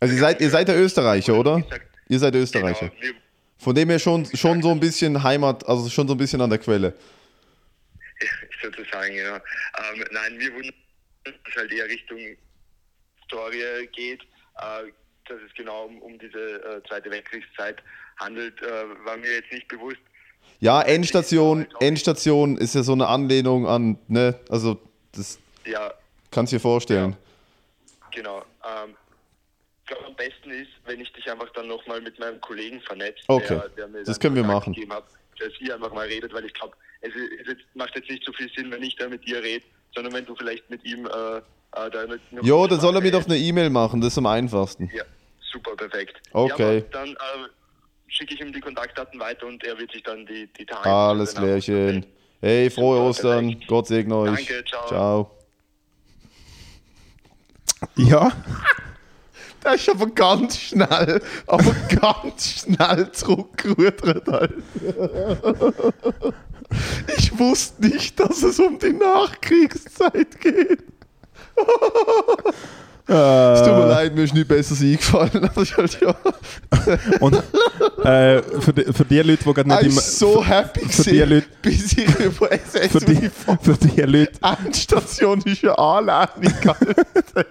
Speaker 2: Also ihr seid, ihr seid ja Österreicher, oder?
Speaker 4: gesagt,
Speaker 2: Ihr seid Österreicher.
Speaker 4: Genau, wir,
Speaker 2: Von dem her schon, schon so ein bisschen Heimat, also schon so ein bisschen an der Quelle.
Speaker 4: sozusagen, ja. Ähm, nein, wir wurden dass es halt eher Richtung Historie geht, äh, dass es genau um, um diese äh, Zweite Weltkriegszeit handelt, äh, war mir jetzt nicht bewusst.
Speaker 2: Ja, Endstation, Endstation ist ja so eine Anlehnung an, ne, also das
Speaker 4: Ja,
Speaker 2: kannst du dir vorstellen.
Speaker 4: Genau. Ähm, ich glaube, am besten ist, wenn ich dich einfach dann nochmal mit meinem Kollegen vernetze.
Speaker 2: Okay.
Speaker 4: mir
Speaker 2: Das
Speaker 4: dann
Speaker 2: können wir
Speaker 4: Kontakt
Speaker 2: machen.
Speaker 4: gegeben Hat, dass ihr einfach mal redet, weil ich glaube, es, ist- es ist- macht jetzt nicht so viel Sinn, wenn ich da mit dir rede, sondern wenn du vielleicht mit ihm äh, äh, da noch
Speaker 2: Jo, dann soll er mir doch eine E-Mail machen, das ist am einfachsten.
Speaker 4: Ja, super, perfekt.
Speaker 2: Okay.
Speaker 4: Ja, aber dann äh, schicke ich ihm die Kontaktdaten weiter und er wird sich dann die, die Tage...
Speaker 2: Alles klärchen. Hey, frohe
Speaker 4: Super,
Speaker 2: Ostern,
Speaker 4: perfekt.
Speaker 2: Gott segne euch.
Speaker 4: Danke, ciao.
Speaker 2: ciao. [LAUGHS]
Speaker 1: Ja,
Speaker 2: Da ist aber ganz schnell, aber [LAUGHS] ganz schnell zurückgerudert. Alter. Ich wusste nicht, dass es um die Nachkriegszeit geht. [LAUGHS] Es tut mir leid, mir ist nicht besser eingefallen. Aber ich halt, ja,
Speaker 1: und äh, für, die, für die Leute, die gerade nicht
Speaker 2: ich
Speaker 1: im,
Speaker 2: war so happy,
Speaker 1: für die
Speaker 2: gewesen,
Speaker 1: Leute-
Speaker 2: bis ich über SS
Speaker 1: für die, für die Leute.
Speaker 2: endstationische Anlehnung hatte.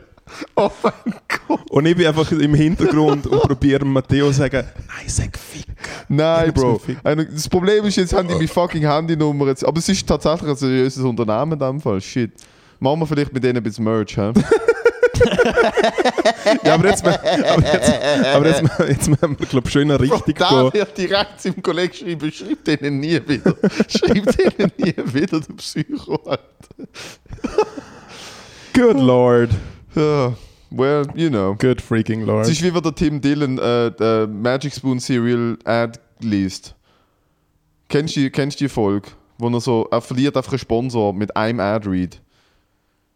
Speaker 2: Oh mein Gott.
Speaker 1: Und ich bin einfach im Hintergrund und probiere Matteo zu sagen, nein, sag fick.
Speaker 2: Nein,
Speaker 1: Ich hab's
Speaker 2: Bro.
Speaker 1: gefickt.
Speaker 2: Eine- Das Problem ist, jetzt haben die meine fucking Handynummer. Jetzt. Aber es ist tatsächlich ein seriöses Unternehmen in dem Fall. Shit. Machen wir vielleicht mit denen ein bisschen Merch, [LAUGHS] hä?
Speaker 1: Ja, aber jetzt, aber jetzt, aber jetzt, jetzt müssen wir, glaube ich, schön richtig gehen.
Speaker 2: Da wird direkt zum Kollegen schreiben, schreib denen nie wieder. Schreib denen nie wieder, du Psycho, Alter.
Speaker 1: Good Lord.
Speaker 2: Ja, well, you know.
Speaker 1: Good freaking Lord.
Speaker 2: Es ist wie wenn der Tim Dillon äh, der Magic Spoon Serial Ad liest. Kennst du, kennst du die Folge? Wo er so, er verliert einfach einen Sponsor mit einem Ad-Read.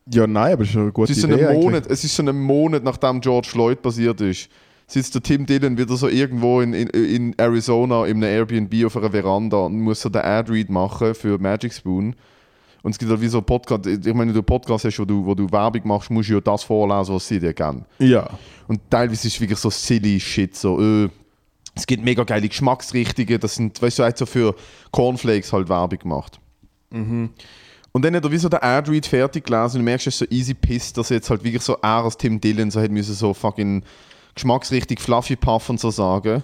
Speaker 1: Ja, nein, aber schon eine gute
Speaker 2: Es ist, so einen
Speaker 1: Idee eigentlich.
Speaker 2: Monat, es ist so einen Monat, nachdem George Floyd passiert ist, sitzt der Tim Dillon wieder so irgendwo in, in, in Arizona in einem Airbnb auf einer Veranda und muss so den Ad-Read machen für Magic Spoon. Und es gibt halt wie so Podcast, ich meine, wenn du Podcast hast, wo du, wo du Werbung machst, musst du ja das vorlesen, was sie dir geben.
Speaker 1: Ja.
Speaker 2: Und teilweise ist es wirklich so silly Shit, so, äh, es gibt mega geile Geschmacksrichtungen, das sind, weißt du, er hat so für Cornflakes halt Werbung gemacht.
Speaker 1: Mhm.
Speaker 2: Und dann hat er wie so den Ad-Read fertig gelesen und du merkst, es ist so easy pissed, dass er jetzt halt wirklich so er als Tim Dillon so hätte müssen so fucking Geschmacksrichtig Fluffy Puff und so sagen.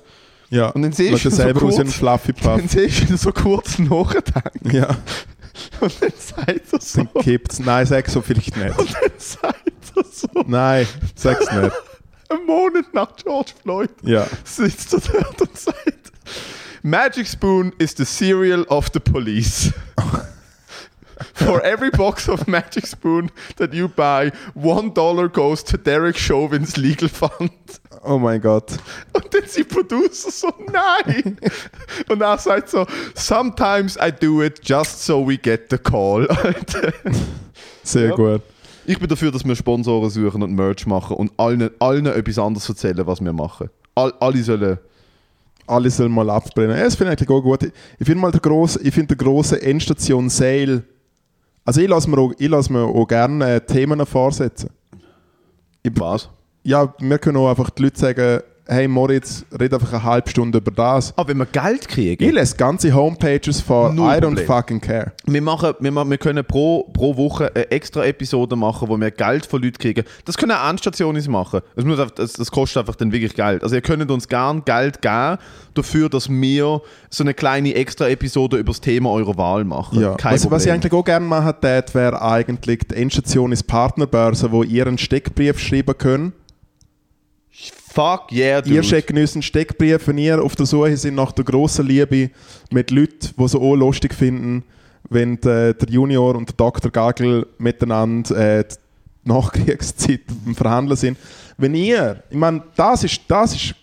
Speaker 1: Ja.
Speaker 2: Und dann siehst
Speaker 1: Lass
Speaker 2: du
Speaker 1: das
Speaker 2: so
Speaker 1: selber aus
Speaker 2: kurz-
Speaker 1: in Fluffy
Speaker 2: [LAUGHS] Dann
Speaker 1: Puff.
Speaker 2: siehst du ihn so kurz
Speaker 1: [LAUGHS]
Speaker 2: nachdenken
Speaker 1: Ja.
Speaker 2: und dann sagt er so,
Speaker 1: Dann kippt's. Nein, sag's so vielleicht nicht.
Speaker 2: und dann sagt er so,
Speaker 1: Nein, sag's
Speaker 2: [LAUGHS]
Speaker 1: nicht.
Speaker 2: einen Monat nach George Floyd.
Speaker 1: Ja.
Speaker 2: sitzt er dort und sagt, Magic Spoon is the cereal of the police. For every box of Magic Spoon that you buy, one dollar goes to Derek Chauvin's legal fund. [LAUGHS]
Speaker 1: Oh mein Gott.
Speaker 2: Und dann sind die Producer so, nein. Und er sagt so, sometimes I do it just so we get the call. [LAUGHS]
Speaker 1: Sehr gut.
Speaker 2: ich bin dafür, dass wir Sponsoren suchen und Merch machen und allen, allen etwas anderes erzählen, was wir machen. All, alle sollen...
Speaker 1: Alle sollen mal abbrennen. Ja, das finde ich eigentlich auch gut. Ich finde mal der grosse, ich finde der grosse Endstation Sale. Also ich lasse mir auch, ich lasse mir auch gerne äh, Themen vorsetzen.
Speaker 2: Was?
Speaker 1: Ja, wir können auch einfach die Leute sagen, hey Moritz, red einfach eine halbe Stunde über das.
Speaker 2: Aber Ah, wenn wir Geld kriegen...
Speaker 1: Ich lese ganze Homepages von
Speaker 2: Null
Speaker 1: I don't
Speaker 2: Problem.
Speaker 1: fucking care.
Speaker 2: Wir, machen, wir, ma- wir können pro, pro Woche eine extra Episode machen, wo wir Geld von Leuten kriegen. Das können auch Anstationis machen. Das, muss, einfach- das, das kostet einfach dann wirklich Geld. Also ihr könnt uns gern Geld geben dafür, dass wir so eine kleine extra Episode über das Thema eurer Wahl machen.
Speaker 1: Ja.
Speaker 2: Kein
Speaker 1: was, was ich
Speaker 2: Problem.
Speaker 1: eigentlich auch gerne machen tät, wäre eigentlich die Endstation ist Partnerbörse, wo ihr einen Steckbrief schreiben könnt.
Speaker 2: Fuck yeah, dude.
Speaker 1: Ihr schickt uns einen Steckbrief, wenn ihr auf der Suche sind nach der grossen Liebe mit Leuten, die so auch lustig finden, wenn der, der Junior und der Dr. Gagel miteinander äh, die Nachkriegszeit [LAUGHS] am Verhandeln sind. Wenn ihr, ich meine, das ist, das ist,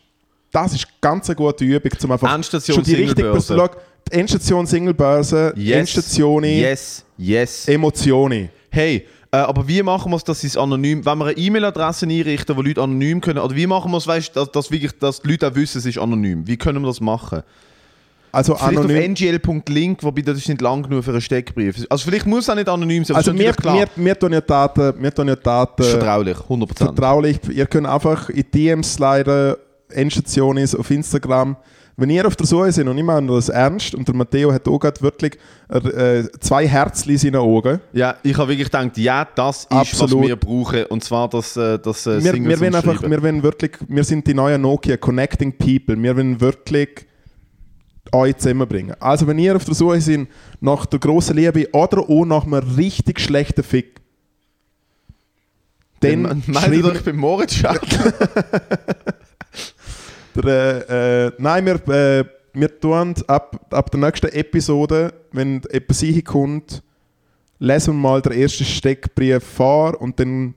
Speaker 1: das ist ganz eine gute Übung, um einfach
Speaker 2: Endstation
Speaker 1: schon die richtige
Speaker 2: Singlebörse.
Speaker 1: Person Die Endstation Singlebörse,
Speaker 2: yes.
Speaker 1: Endstationi,
Speaker 2: Yes, yes.
Speaker 1: Emotioni.
Speaker 2: hey, äh, aber wie machen wir es, dass sie es anonym, wenn wir eine E-Mail-Adresse einrichten, wo Leute anonym können, oder wie machen wir es, weißt, dass, dass, wirklich, dass die Leute auch wissen, es ist anonym. Wie können wir das machen?
Speaker 1: Also
Speaker 2: Vielleicht
Speaker 1: anonym.
Speaker 2: auf ngl.link, wobei das ist nicht lang genug für einen Steckbrief. Also vielleicht muss es auch nicht anonym sein, aber
Speaker 1: Also
Speaker 2: es ist
Speaker 1: wir,
Speaker 2: natürlich
Speaker 1: wir, wir tun ja Daten, wir tun ja Daten
Speaker 2: Das ist vertraulich, 100%.
Speaker 1: vertraulich. Ihr könnt einfach in DMs sliden, Endstation ist auf Instagram. Wenn ihr auf der Suche seid und ich meine das ernst, und der Matteo hat auch gerade wirklich äh, zwei Herzli in seinen Augen.
Speaker 2: ja, ich habe wirklich gedacht, ja, das ist,
Speaker 1: Absolut.
Speaker 2: was wir brauchen. Und zwar das, äh, das äh,
Speaker 1: Wir,
Speaker 2: Singles
Speaker 1: wir, wollen einfach,
Speaker 2: umschreiben.
Speaker 1: wir, wollen wirklich, wir sind die neuen Nokia, Connecting People. Wir wollen wirklich euch zusammenbringen. Also wenn ihr auf der Suche seid nach der grossen Liebe oder auch nach einem richtig schlechten Fick, dann
Speaker 2: Dann meldet
Speaker 1: schreibt-
Speaker 2: euch bei Moritz Schadl.
Speaker 1: Der, äh, äh, nein, wir, äh, wir tun ab, ab der nächsten Episode, wenn etwas reinkommt, lesen wir mal den ersten Steckbrief vor und dann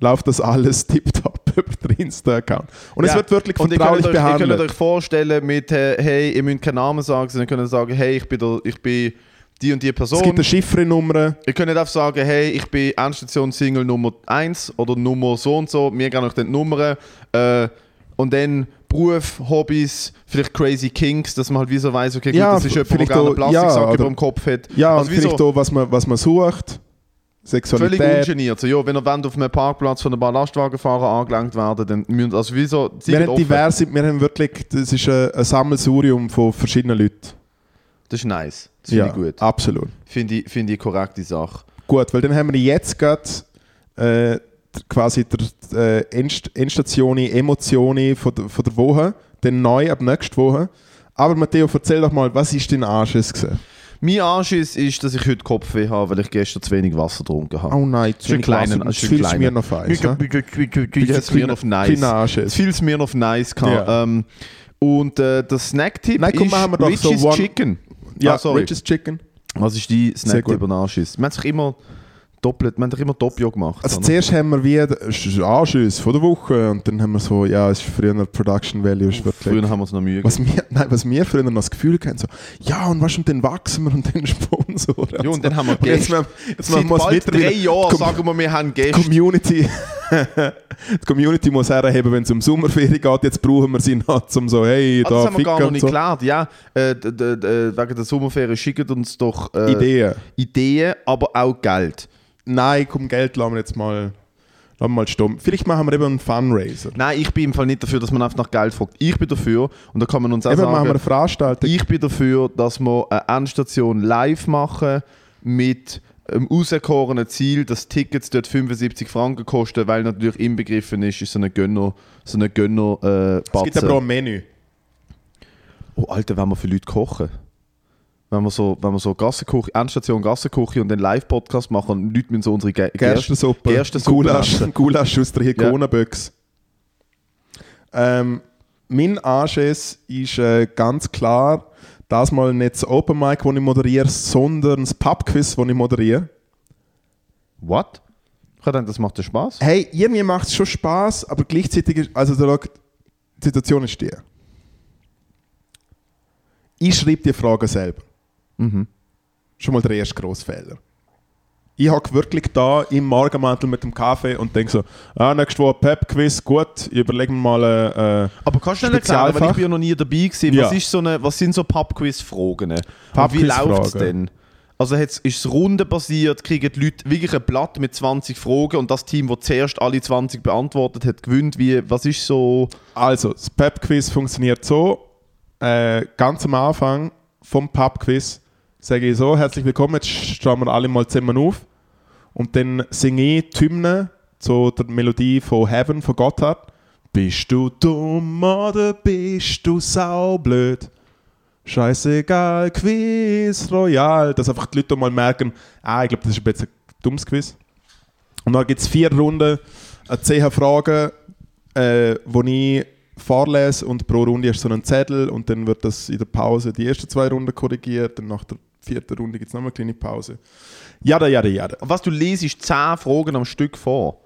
Speaker 1: läuft das alles [LAUGHS] tiptop über den Insta-Account. Und es wird wirklich
Speaker 2: Und ihr könnt
Speaker 1: vertraulich
Speaker 2: euch- Ihr
Speaker 1: behandelt.
Speaker 2: könnt euch vorstellen mit, äh, hey, ihr müsst keinen Namen sagen, sondern ihr könnt sagen, hey, ich bin, der, ich bin die und die Person.
Speaker 1: es gibt eine Chiffrenummer.
Speaker 2: Ihr könnt einfach sagen, hey, ich bin Endstation Single Nummer 1 oder Nummer so und so, wir geben euch dann die Nummern. Äh, und dann Beruf, Hobbys, vielleicht Crazy Kinks, dass man halt wie so weiss, okay, gut,
Speaker 1: Ja,
Speaker 2: das ist jemand, der
Speaker 1: vielleicht
Speaker 2: gerne einen
Speaker 1: auch- ja,
Speaker 2: Plastiksack
Speaker 1: oder-
Speaker 2: über dem Kopf hat.
Speaker 1: Ja,
Speaker 2: also
Speaker 1: und vielleicht
Speaker 2: so
Speaker 1: auch, was man, was man sucht.
Speaker 2: völlig
Speaker 1: Sexualität.
Speaker 2: ungeniert. So, ja, wenn ihr wollt, auf einem Parkplatz von ein paar Lastwagenfahrern angelangt werden, dann müsst also wie so,
Speaker 1: Wir
Speaker 2: seid
Speaker 1: haben
Speaker 2: offen.
Speaker 1: diverse, wir haben wirklich, das ist ein, ein Sammelsurium von verschiedenen Leuten.
Speaker 2: Das ist nice. Das finde ich gut.
Speaker 1: absolut.
Speaker 2: Finde ich, finde ich eine korrekte Sache.
Speaker 1: Gut, weil dann haben wir jetzt gerade äh, quasi der äh, Endst Endstation, Emotionen von, der- von der Woche, dann neu ab nächster Woche. Aber Matteo, erzähl doch mal, was ist dein Anschiss gewesen?
Speaker 2: Mein Anschiss ist, dass ich heute Kopfweh habe, weil ich gestern zu wenig Wasser getrunken habe.
Speaker 1: Oh nein,
Speaker 2: Schön kleinen,
Speaker 1: das viel mir noch fein.
Speaker 2: Smirnoff Nice.
Speaker 1: Kleiner Anschiss.
Speaker 2: Viel Smirnoff Nice gehabt.
Speaker 1: Ja.
Speaker 2: Ähm, und äh, der Snacktipp
Speaker 1: Nein, komm,
Speaker 2: ist
Speaker 1: machen wir doch so
Speaker 2: Richie's
Speaker 1: one-
Speaker 2: Chicken.
Speaker 1: Ja,
Speaker 2: Ah, sorry.
Speaker 1: Rich's Chicken.
Speaker 2: Was ist die
Speaker 1: gut.
Speaker 2: Snacktipp und Anschiss? Man hat sich immer doppelt, man hat sich immer Doppio gemacht.
Speaker 1: Also
Speaker 2: oder?
Speaker 1: zuerst haben wir wie den Sch- Anschiss von der Woche und dann haben wir so, ja, es ist früher Production Value, ist wirklich...
Speaker 2: Oh, Früher haben wir es noch Mühe gegeben.
Speaker 1: Was mir, [LAUGHS] nein, was mir früher noch das Gefühl hatten, so, ja, und was, und dann wachsen wir und dann [LAUGHS] Sponsor.
Speaker 2: Ja, und dann haben wir
Speaker 1: jetzt,
Speaker 2: Gäste.
Speaker 1: machen- jetzt machen wir es
Speaker 2: Seit bald
Speaker 1: mittlerweile-
Speaker 2: drei Jahren
Speaker 1: die
Speaker 2: sagen wir, wir haben
Speaker 1: Com-
Speaker 2: Gäste.
Speaker 1: Community. [LAUGHS] die Community muss herheben, wenn es um Sommerferien geht. Jetzt brauchen wir sie noch, um so, hey,
Speaker 2: Ah,
Speaker 1: da
Speaker 2: das haben wir gar
Speaker 1: ficken
Speaker 2: noch
Speaker 1: und
Speaker 2: nicht
Speaker 1: so.
Speaker 2: geklärt. Ja, äh, d- d- d- wegen der Sommerferien schickt uns doch äh,
Speaker 1: Ideen.
Speaker 2: Ideen, aber auch Geld.
Speaker 1: Nein, komm, Geld lassen wir jetzt mal, lassen wir mal stumm. Vielleicht machen wir eben einen Fundraiser.
Speaker 2: Nein, ich bin im Fall nicht dafür, dass man einfach nach Geld fragt. Ich bin dafür, und da kann man uns auch
Speaker 1: Eben machen wir eine
Speaker 2: sagen,
Speaker 1: Veranstaltung.
Speaker 2: ich bin dafür, dass wir eine Endstation live machen mit einem auserkorenen Ziel, dass Tickets dort 75 Franken kosten, weil natürlich inbegriffen ist, ist so eine Gönner, so eine Gönner äh,
Speaker 1: es gibt
Speaker 2: Batze.
Speaker 1: aber auch ein Menü.
Speaker 2: Oh, Alter, wenn wir für Leute kochen. Wenn wir so, wenn wir so Gassenküche, Endstation Gassenküche und den Live-Podcast machen, und Leute müssen so unsere Ge
Speaker 1: Gerstensuppe,
Speaker 2: Gerstensuppe
Speaker 1: Gulasch,
Speaker 2: essen.
Speaker 1: [LAUGHS] Gulasch aus der Hikonenbüchse. Ähm, mein Anschiss ist äh, ganz klar, Das mal nicht das Open Mic, das ich moderiere, sondern das Pubquiz, das ich moderiere.
Speaker 2: What? Ich habe gedacht, das macht dir Spaß.
Speaker 1: Hey, irgendwie macht es schon Spaß, aber gleichzeitig ist, also der Log- die Situation ist die. Ich schreibe die Fragen selber. Schon mal der erste grosse Fehler. Ich hocke wirklich da im Morgenmantel mit dem Kaffee und denke so, ah, nächste Woche Pep-Quiz, gut, ich überlege mir mal äh, äh,
Speaker 2: Aber kannst du nicht erklären, weil ich
Speaker 1: Spezialfach?
Speaker 2: bin ja noch nie dabei gewesen,
Speaker 1: Ja.
Speaker 2: was, ist so eine, was sind so Pub-Quiz-Fragen? Und wie
Speaker 1: Pub-Quiz-Fragen.
Speaker 2: läuft es denn? Also hat's, ist es rundenbasiert, kriegen die Leute wirklich ein Blatt mit 20 Fragen und das Team, das zuerst alle 20 beantwortet hat, gewinnt. Wie, was ist so...
Speaker 1: Also, das Pub-Quiz funktioniert so. Äh, ganz am Anfang vom Pub-Quiz sage ich so, herzlich willkommen, jetzt stehen wir alle mal zusammen auf. Und dann singe ich die Hymne zu der Melodie von Heaven von Gotthard. Bist du dumm oder bist du saublöd? Scheißegal, Quiz Royal. Dass einfach die Leute mal merken, ah, ich glaube, das ist jetzt ein dummes Quiz. Und dann gibt es vier Runden, äh, zehn Fragen, äh, wo ich vorlese und pro Runde hast du so einen Zettel und dann wird das in der Pause die ersten zwei Runden korrigiert und nach der vierten Runde gibt es nochmal eine kleine Pause. Jada, jada, jada.
Speaker 2: Was du lesest, 10 Fragen am Stück vor.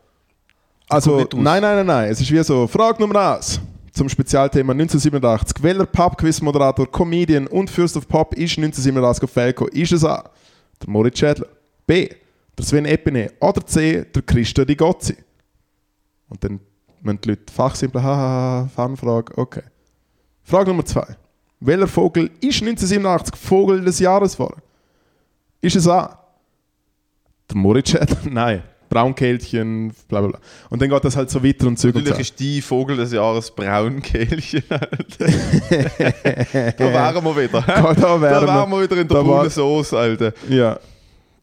Speaker 1: Also,
Speaker 2: nicht raus.
Speaker 1: nein, nein, nein, nein. Es ist wie so: Frage Nummer 1 zum Spezialthema 1987. Welcher Pub-Quiz-Moderator, Comedian und Fürst of Pop ist 1987 auf Felco? Ist es A. Der Moritz Schädler, B. Der Sven Epine oder C. Der Christo Di Gozzi? Und dann müssen die Leute fachsimpel, haha, Fanfrage, okay. Frage Nummer 2. Welcher Vogel ist 1987 Vogel des Jahres geworden? Ist es A. Der Moritz Schädler? [LAUGHS] Nein. Braunkehlchen, bla bla bla. Und dann geht das halt so weiter und zügig.
Speaker 2: Natürlich
Speaker 1: Und so.
Speaker 2: ist die Vogel des Jahres Braunkehlchen. [LAUGHS] Alter. da wären wir wieder.
Speaker 1: [LAUGHS] Da wären
Speaker 2: da
Speaker 1: wir.
Speaker 2: wären wir wieder in der
Speaker 1: Da war-
Speaker 2: braunen Sauce, Alter.
Speaker 1: Ja.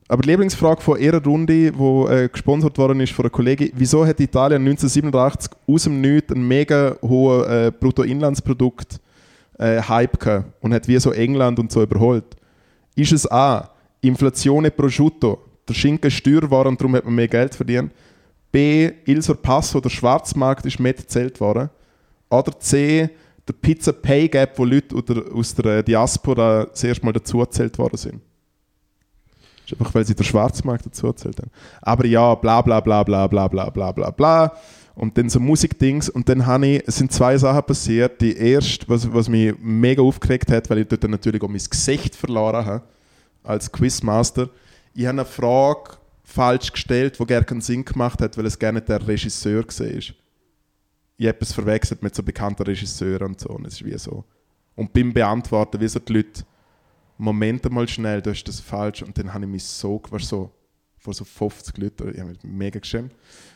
Speaker 1: Aber die Lieblingsfrage von ihrer Runde, die äh, gesponsert worden ist von einer Kollegin, wieso hat Italien 1987 aus dem Nichts einen mega hohen äh, Bruttoinlandsprodukt äh, Hype gehabt und hat wie so England und so überholt? Ist es A. Inflatione prosciutto, der Schinken steuer war und darum hat man mehr Geld verdient? B. Il Sorpasso, der Schwarzmarkt ist mehr gezählt worden? Oder C. Der Pizza Pay Gap, wo Leute aus der- aus der äh, Diaspora das erste Mal dazugezählt worden sind? Ist einfach, weil sie den Schwarzmarkt dazu erzählt haben. Aber ja, bla bla bla bla bla bla bla bla bla. Und dann so Musikdings. Und dann habe ich, es sind zwei Sachen passiert. Die erste, was, was mich mega aufgeregt hat, weil ich dort dann natürlich auch mein Gesicht verloren habe, als Quizmaster. Ich habe eine Frage falsch gestellt, die gar keinen Sinn gemacht hat, weil es gar nicht der Regisseur war. Ich habe etwas verwechselt mit so bekannten Regisseuren und so. Und es ist wie so. Und beim Beantworten, wie so die Leute Moment mal schnell, du hast das falsch. Und dann habe ich mich so, weißt, so vor so 50 Leuten, ich habe mich mega geschämt.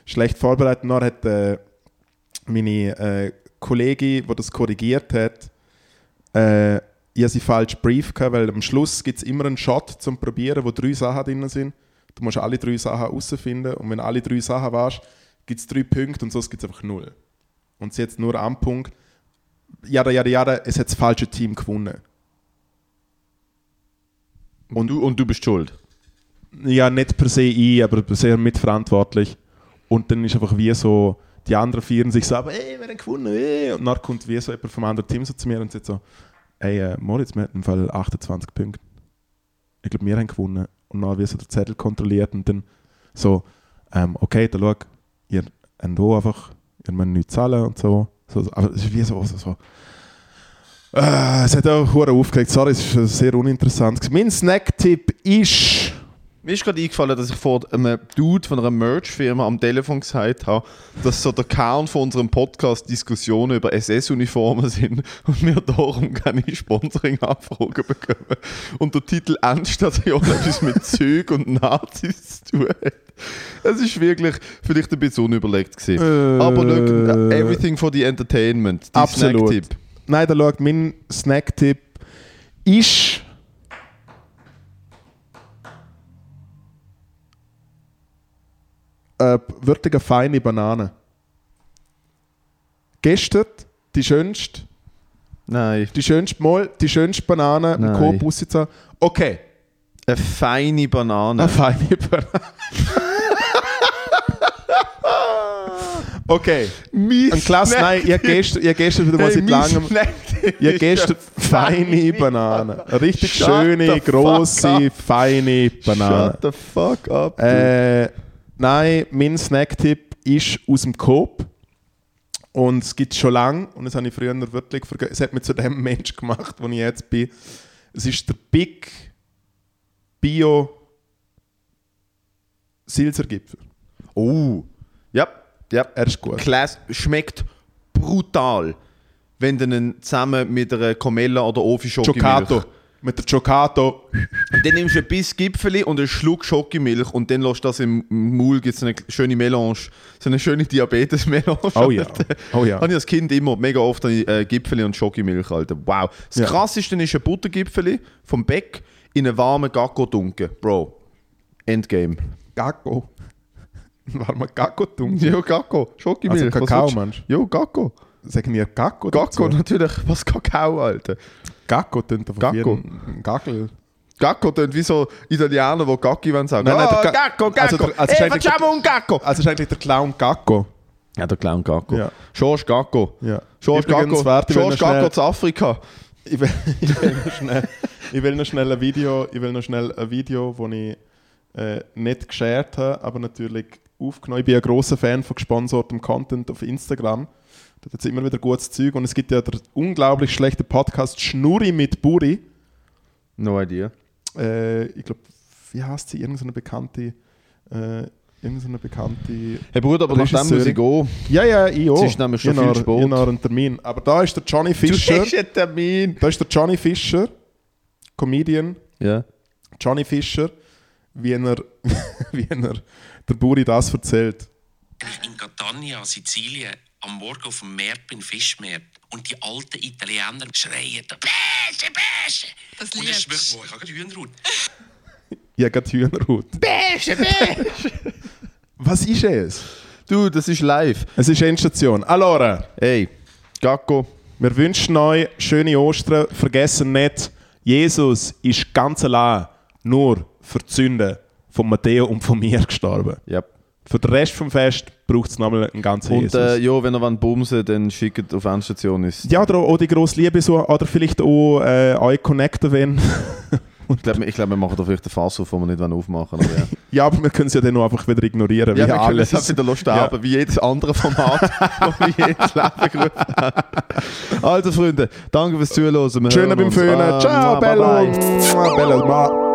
Speaker 1: Schlecht vorbereitet. Und Dann hat äh, meine äh, Kollegin, die das korrigiert hat, äh, ich habe sie falsch brief gehabt, weil am Schluss gibt es immer einen Shot zum Probieren, wo drei Sachen drin sind. Du musst alle drei Sachen herausfinden und wenn alle drei Sachen warst, gibt es drei Punkte und sonst gibt es einfach null. Und sie jetzt nur einen Punkt. Jada, jada, jada, es hat das falsche Team gewonnen.
Speaker 2: Und du, und du bist schuld.
Speaker 1: ja, nicht per se ich, aber sehr mitverantwortlich. Und dann ist einfach wie so, die anderen feiern sich so ab, ey, wir haben gewonnen, ey. Und dann kommt wie so jemand vom anderen Team so zu mir und sagt so, ey, äh, Moritz, wir hatten im Fall 28 Punkte. Ich glaube, wir haben gewonnen. Und dann wie so der Zettel kontrolliert und dann so, ähm, okay, dann schau, ihr habt hier einfach, ihr müsst nichts zahlen und so. so so. aber es ist wie so, so, so. Äh, es hat auch hure aufgeregt, sorry, es ist äh, sehr uninteressant. gewesen. Mein Snacktipp ist...
Speaker 2: Mir ist gerade eingefallen, dass ich vor einem Dude von einer Merch-Firma am Telefon gesagt habe, dass so der Kern von unserem Podcast Diskussionen über SS-Uniformen sind und wir darum keine Sponsoring-Anfragen bekommen. Und der Titel Endstation [LAUGHS] etwas mit Züg und Nazis zu tun hat. Es ist wirklich vielleicht ein bisschen unüberlegt gewesen.
Speaker 1: Äh.
Speaker 2: Aber look, everything for the entertainment. Die
Speaker 1: Absolut.
Speaker 2: Snack-Tipp.
Speaker 1: Nein, da schaut, mein Snacktipp ist. Eine wirklich eine feine Banane. Gestern die schönste,
Speaker 2: Nein.
Speaker 1: die schönste Mal, die schönste Banane im
Speaker 2: Nein.
Speaker 1: Coop rausgezogen. Okay,
Speaker 2: Eine feine Banane.
Speaker 1: eine feine Banane. Okay.
Speaker 2: Mies
Speaker 1: Ein Klass, nein, ihr gestern, ihr gestern wieder mal seit langem. Ihr gestern feine Banane. Richtig
Speaker 2: Shut the
Speaker 1: schöne,
Speaker 2: fuck
Speaker 1: große,
Speaker 2: up.
Speaker 1: feine
Speaker 2: [LAUGHS]
Speaker 1: Banane.
Speaker 2: Shut the fuck up.
Speaker 1: Äh, nein, mein Snacktipp ist aus dem Coop. Und es gibt es schon lange, und das habe ich früher wirklich vergessen, es hat mich zu dem [LAUGHS] Mensch gemacht, wo ich jetzt bin. Es ist der Big Bio Silsergipfel.
Speaker 2: Oh. Ja, ja.
Speaker 1: Er ist gut.
Speaker 2: Class schmeckt brutal, wenn du ihn zusammen mit einer Comella oder ofi
Speaker 1: Giocato. Mit der Giocato.
Speaker 2: Und dann nimmst du ein bisschen Gipfeli und einen Schluck Schokimilch und dann lässt du das im Maul, gibt es eine schöne Melange, so eine schöne Diabetes-Melange.
Speaker 1: Oh ja.
Speaker 2: Alter.
Speaker 1: Oh ja.
Speaker 2: [LAUGHS] Habe ich als Kind immer, mega oft habe ich, äh, Gipfeli und Schokimilch, Alter. Wow. Das
Speaker 1: Ja.
Speaker 2: krasseste ist ein Buttergipfeli vom Bäck in einen warmen Gacko dunkel. Bro. Endgame.
Speaker 1: Gacko. [LAUGHS] War mal Gacko dumm?
Speaker 2: Ja, Gacko. Schokimilch. Was
Speaker 1: Also Kakao,
Speaker 2: willst du?
Speaker 1: meinst
Speaker 2: Ja, Gacko.
Speaker 1: Sagen wir Gacko?
Speaker 2: Gacko,
Speaker 1: dazu?
Speaker 2: natürlich. Was Kakao, Alter.
Speaker 1: Gacko tönt einfach
Speaker 2: Gacko.
Speaker 1: wie ein Gackel.
Speaker 2: Gacco tönt wie so Italiener, die Gacki wollen sagen.
Speaker 1: Nein, nein,
Speaker 2: oh,
Speaker 1: der Ga-
Speaker 2: Gacco, Gacco.
Speaker 1: also der- also es ist
Speaker 2: Ey,
Speaker 1: eigentlich
Speaker 2: facciamo un Gacco.
Speaker 1: Also ist eigentlich der Clown Gacko.
Speaker 2: Ja, der Clown Gacco.
Speaker 1: Ja.
Speaker 2: George Gacco.
Speaker 1: Ja.
Speaker 2: George
Speaker 1: Übrigens,
Speaker 2: Gacco.
Speaker 1: warte, wenn
Speaker 2: George
Speaker 1: wir schnell-
Speaker 2: Gacco zu Afrika.
Speaker 1: [LAUGHS] Ich will, ich will noch schnell, ich will noch schnell ein Video, ich will noch schnell ein Video, das ich äh, nicht geshared habe, aber natürlich aufgenommen. Ich bin ein großer Fan von gesponsortem Content auf Instagram. Da hat es immer wieder gutes Zeug und es gibt ja den unglaublich schlechten Podcast Schnurri mit Buri.
Speaker 2: No idea.
Speaker 1: Äh, ich glaube, wie heißt sie? Irgend so eine bekannte, äh, irgend so eine bekannte
Speaker 2: Hey Bruder, aber nach dem
Speaker 1: Regisseurin.
Speaker 2: muss ich gehen.
Speaker 1: Ja, ja, ich auch.
Speaker 2: Es ist nämlich schon
Speaker 1: Ich
Speaker 2: viel
Speaker 1: nach-
Speaker 2: zu spät.
Speaker 1: ich nach einem Termin. Aber da ist der Johnny Fischer.
Speaker 2: einen Termin.
Speaker 1: Da ist der Johnny Fischer, Comedian.
Speaker 2: Ja.
Speaker 1: Johnny Fischer, wie er, [LAUGHS] wie er der Buri das erzählt.
Speaker 5: in Catania, Sizilien, am Morgen auf dem Markt bin, Fischmarkt. Und die alten Italiener schreien da, Bäsche, Bäsche!
Speaker 6: Das
Speaker 5: Und es
Speaker 6: liebst.
Speaker 5: schmeckt, boah, ich habe gerade Hühnerhaut.
Speaker 1: Ich habe gerade Hühnerhaut. Was ist es?
Speaker 2: Du, das ist live.
Speaker 1: Es ist Endstation. Allora,
Speaker 2: Ey, Gacco.
Speaker 1: wir wünschen euch schöne Ostern. Vergessen nicht, Jesus ist ganz allein nur für die Sünde von Matteo und von mir gestorben.
Speaker 2: Ja.
Speaker 1: Für den Rest vom Fest braucht es nochmal einen ganzen
Speaker 2: Und
Speaker 1: Jesus.
Speaker 2: äh, ja, wenn ihr wollt bumsen, dann schickt auf Endstation ist.
Speaker 1: ja, oder auch die grosse Liebe so, oder vielleicht auch äh, euch connecten, wenn. [LAUGHS]
Speaker 2: Ich glaube, ich glaub, wir machen da vielleicht einen Fass auf, den wir nicht aufmachen wollen. Aber ja.
Speaker 1: ja, aber wir können es ja dann auch einfach wieder ignorieren.
Speaker 2: Ja,
Speaker 1: wie
Speaker 2: wir können
Speaker 1: alles.
Speaker 2: es auch wieder los sterben, wie jedes andere Format, [LAUGHS] das wir jedes Leben gerufen haben. Also Freunde, danke fürs Zuhören. Wir
Speaker 1: Schöner
Speaker 2: hören
Speaker 1: beim
Speaker 2: uns.
Speaker 1: Föhnen.
Speaker 2: Ah,
Speaker 1: Ciao,
Speaker 2: mua, bye,
Speaker 1: Bello.
Speaker 2: bye.
Speaker 1: Mua, Bello. Mua.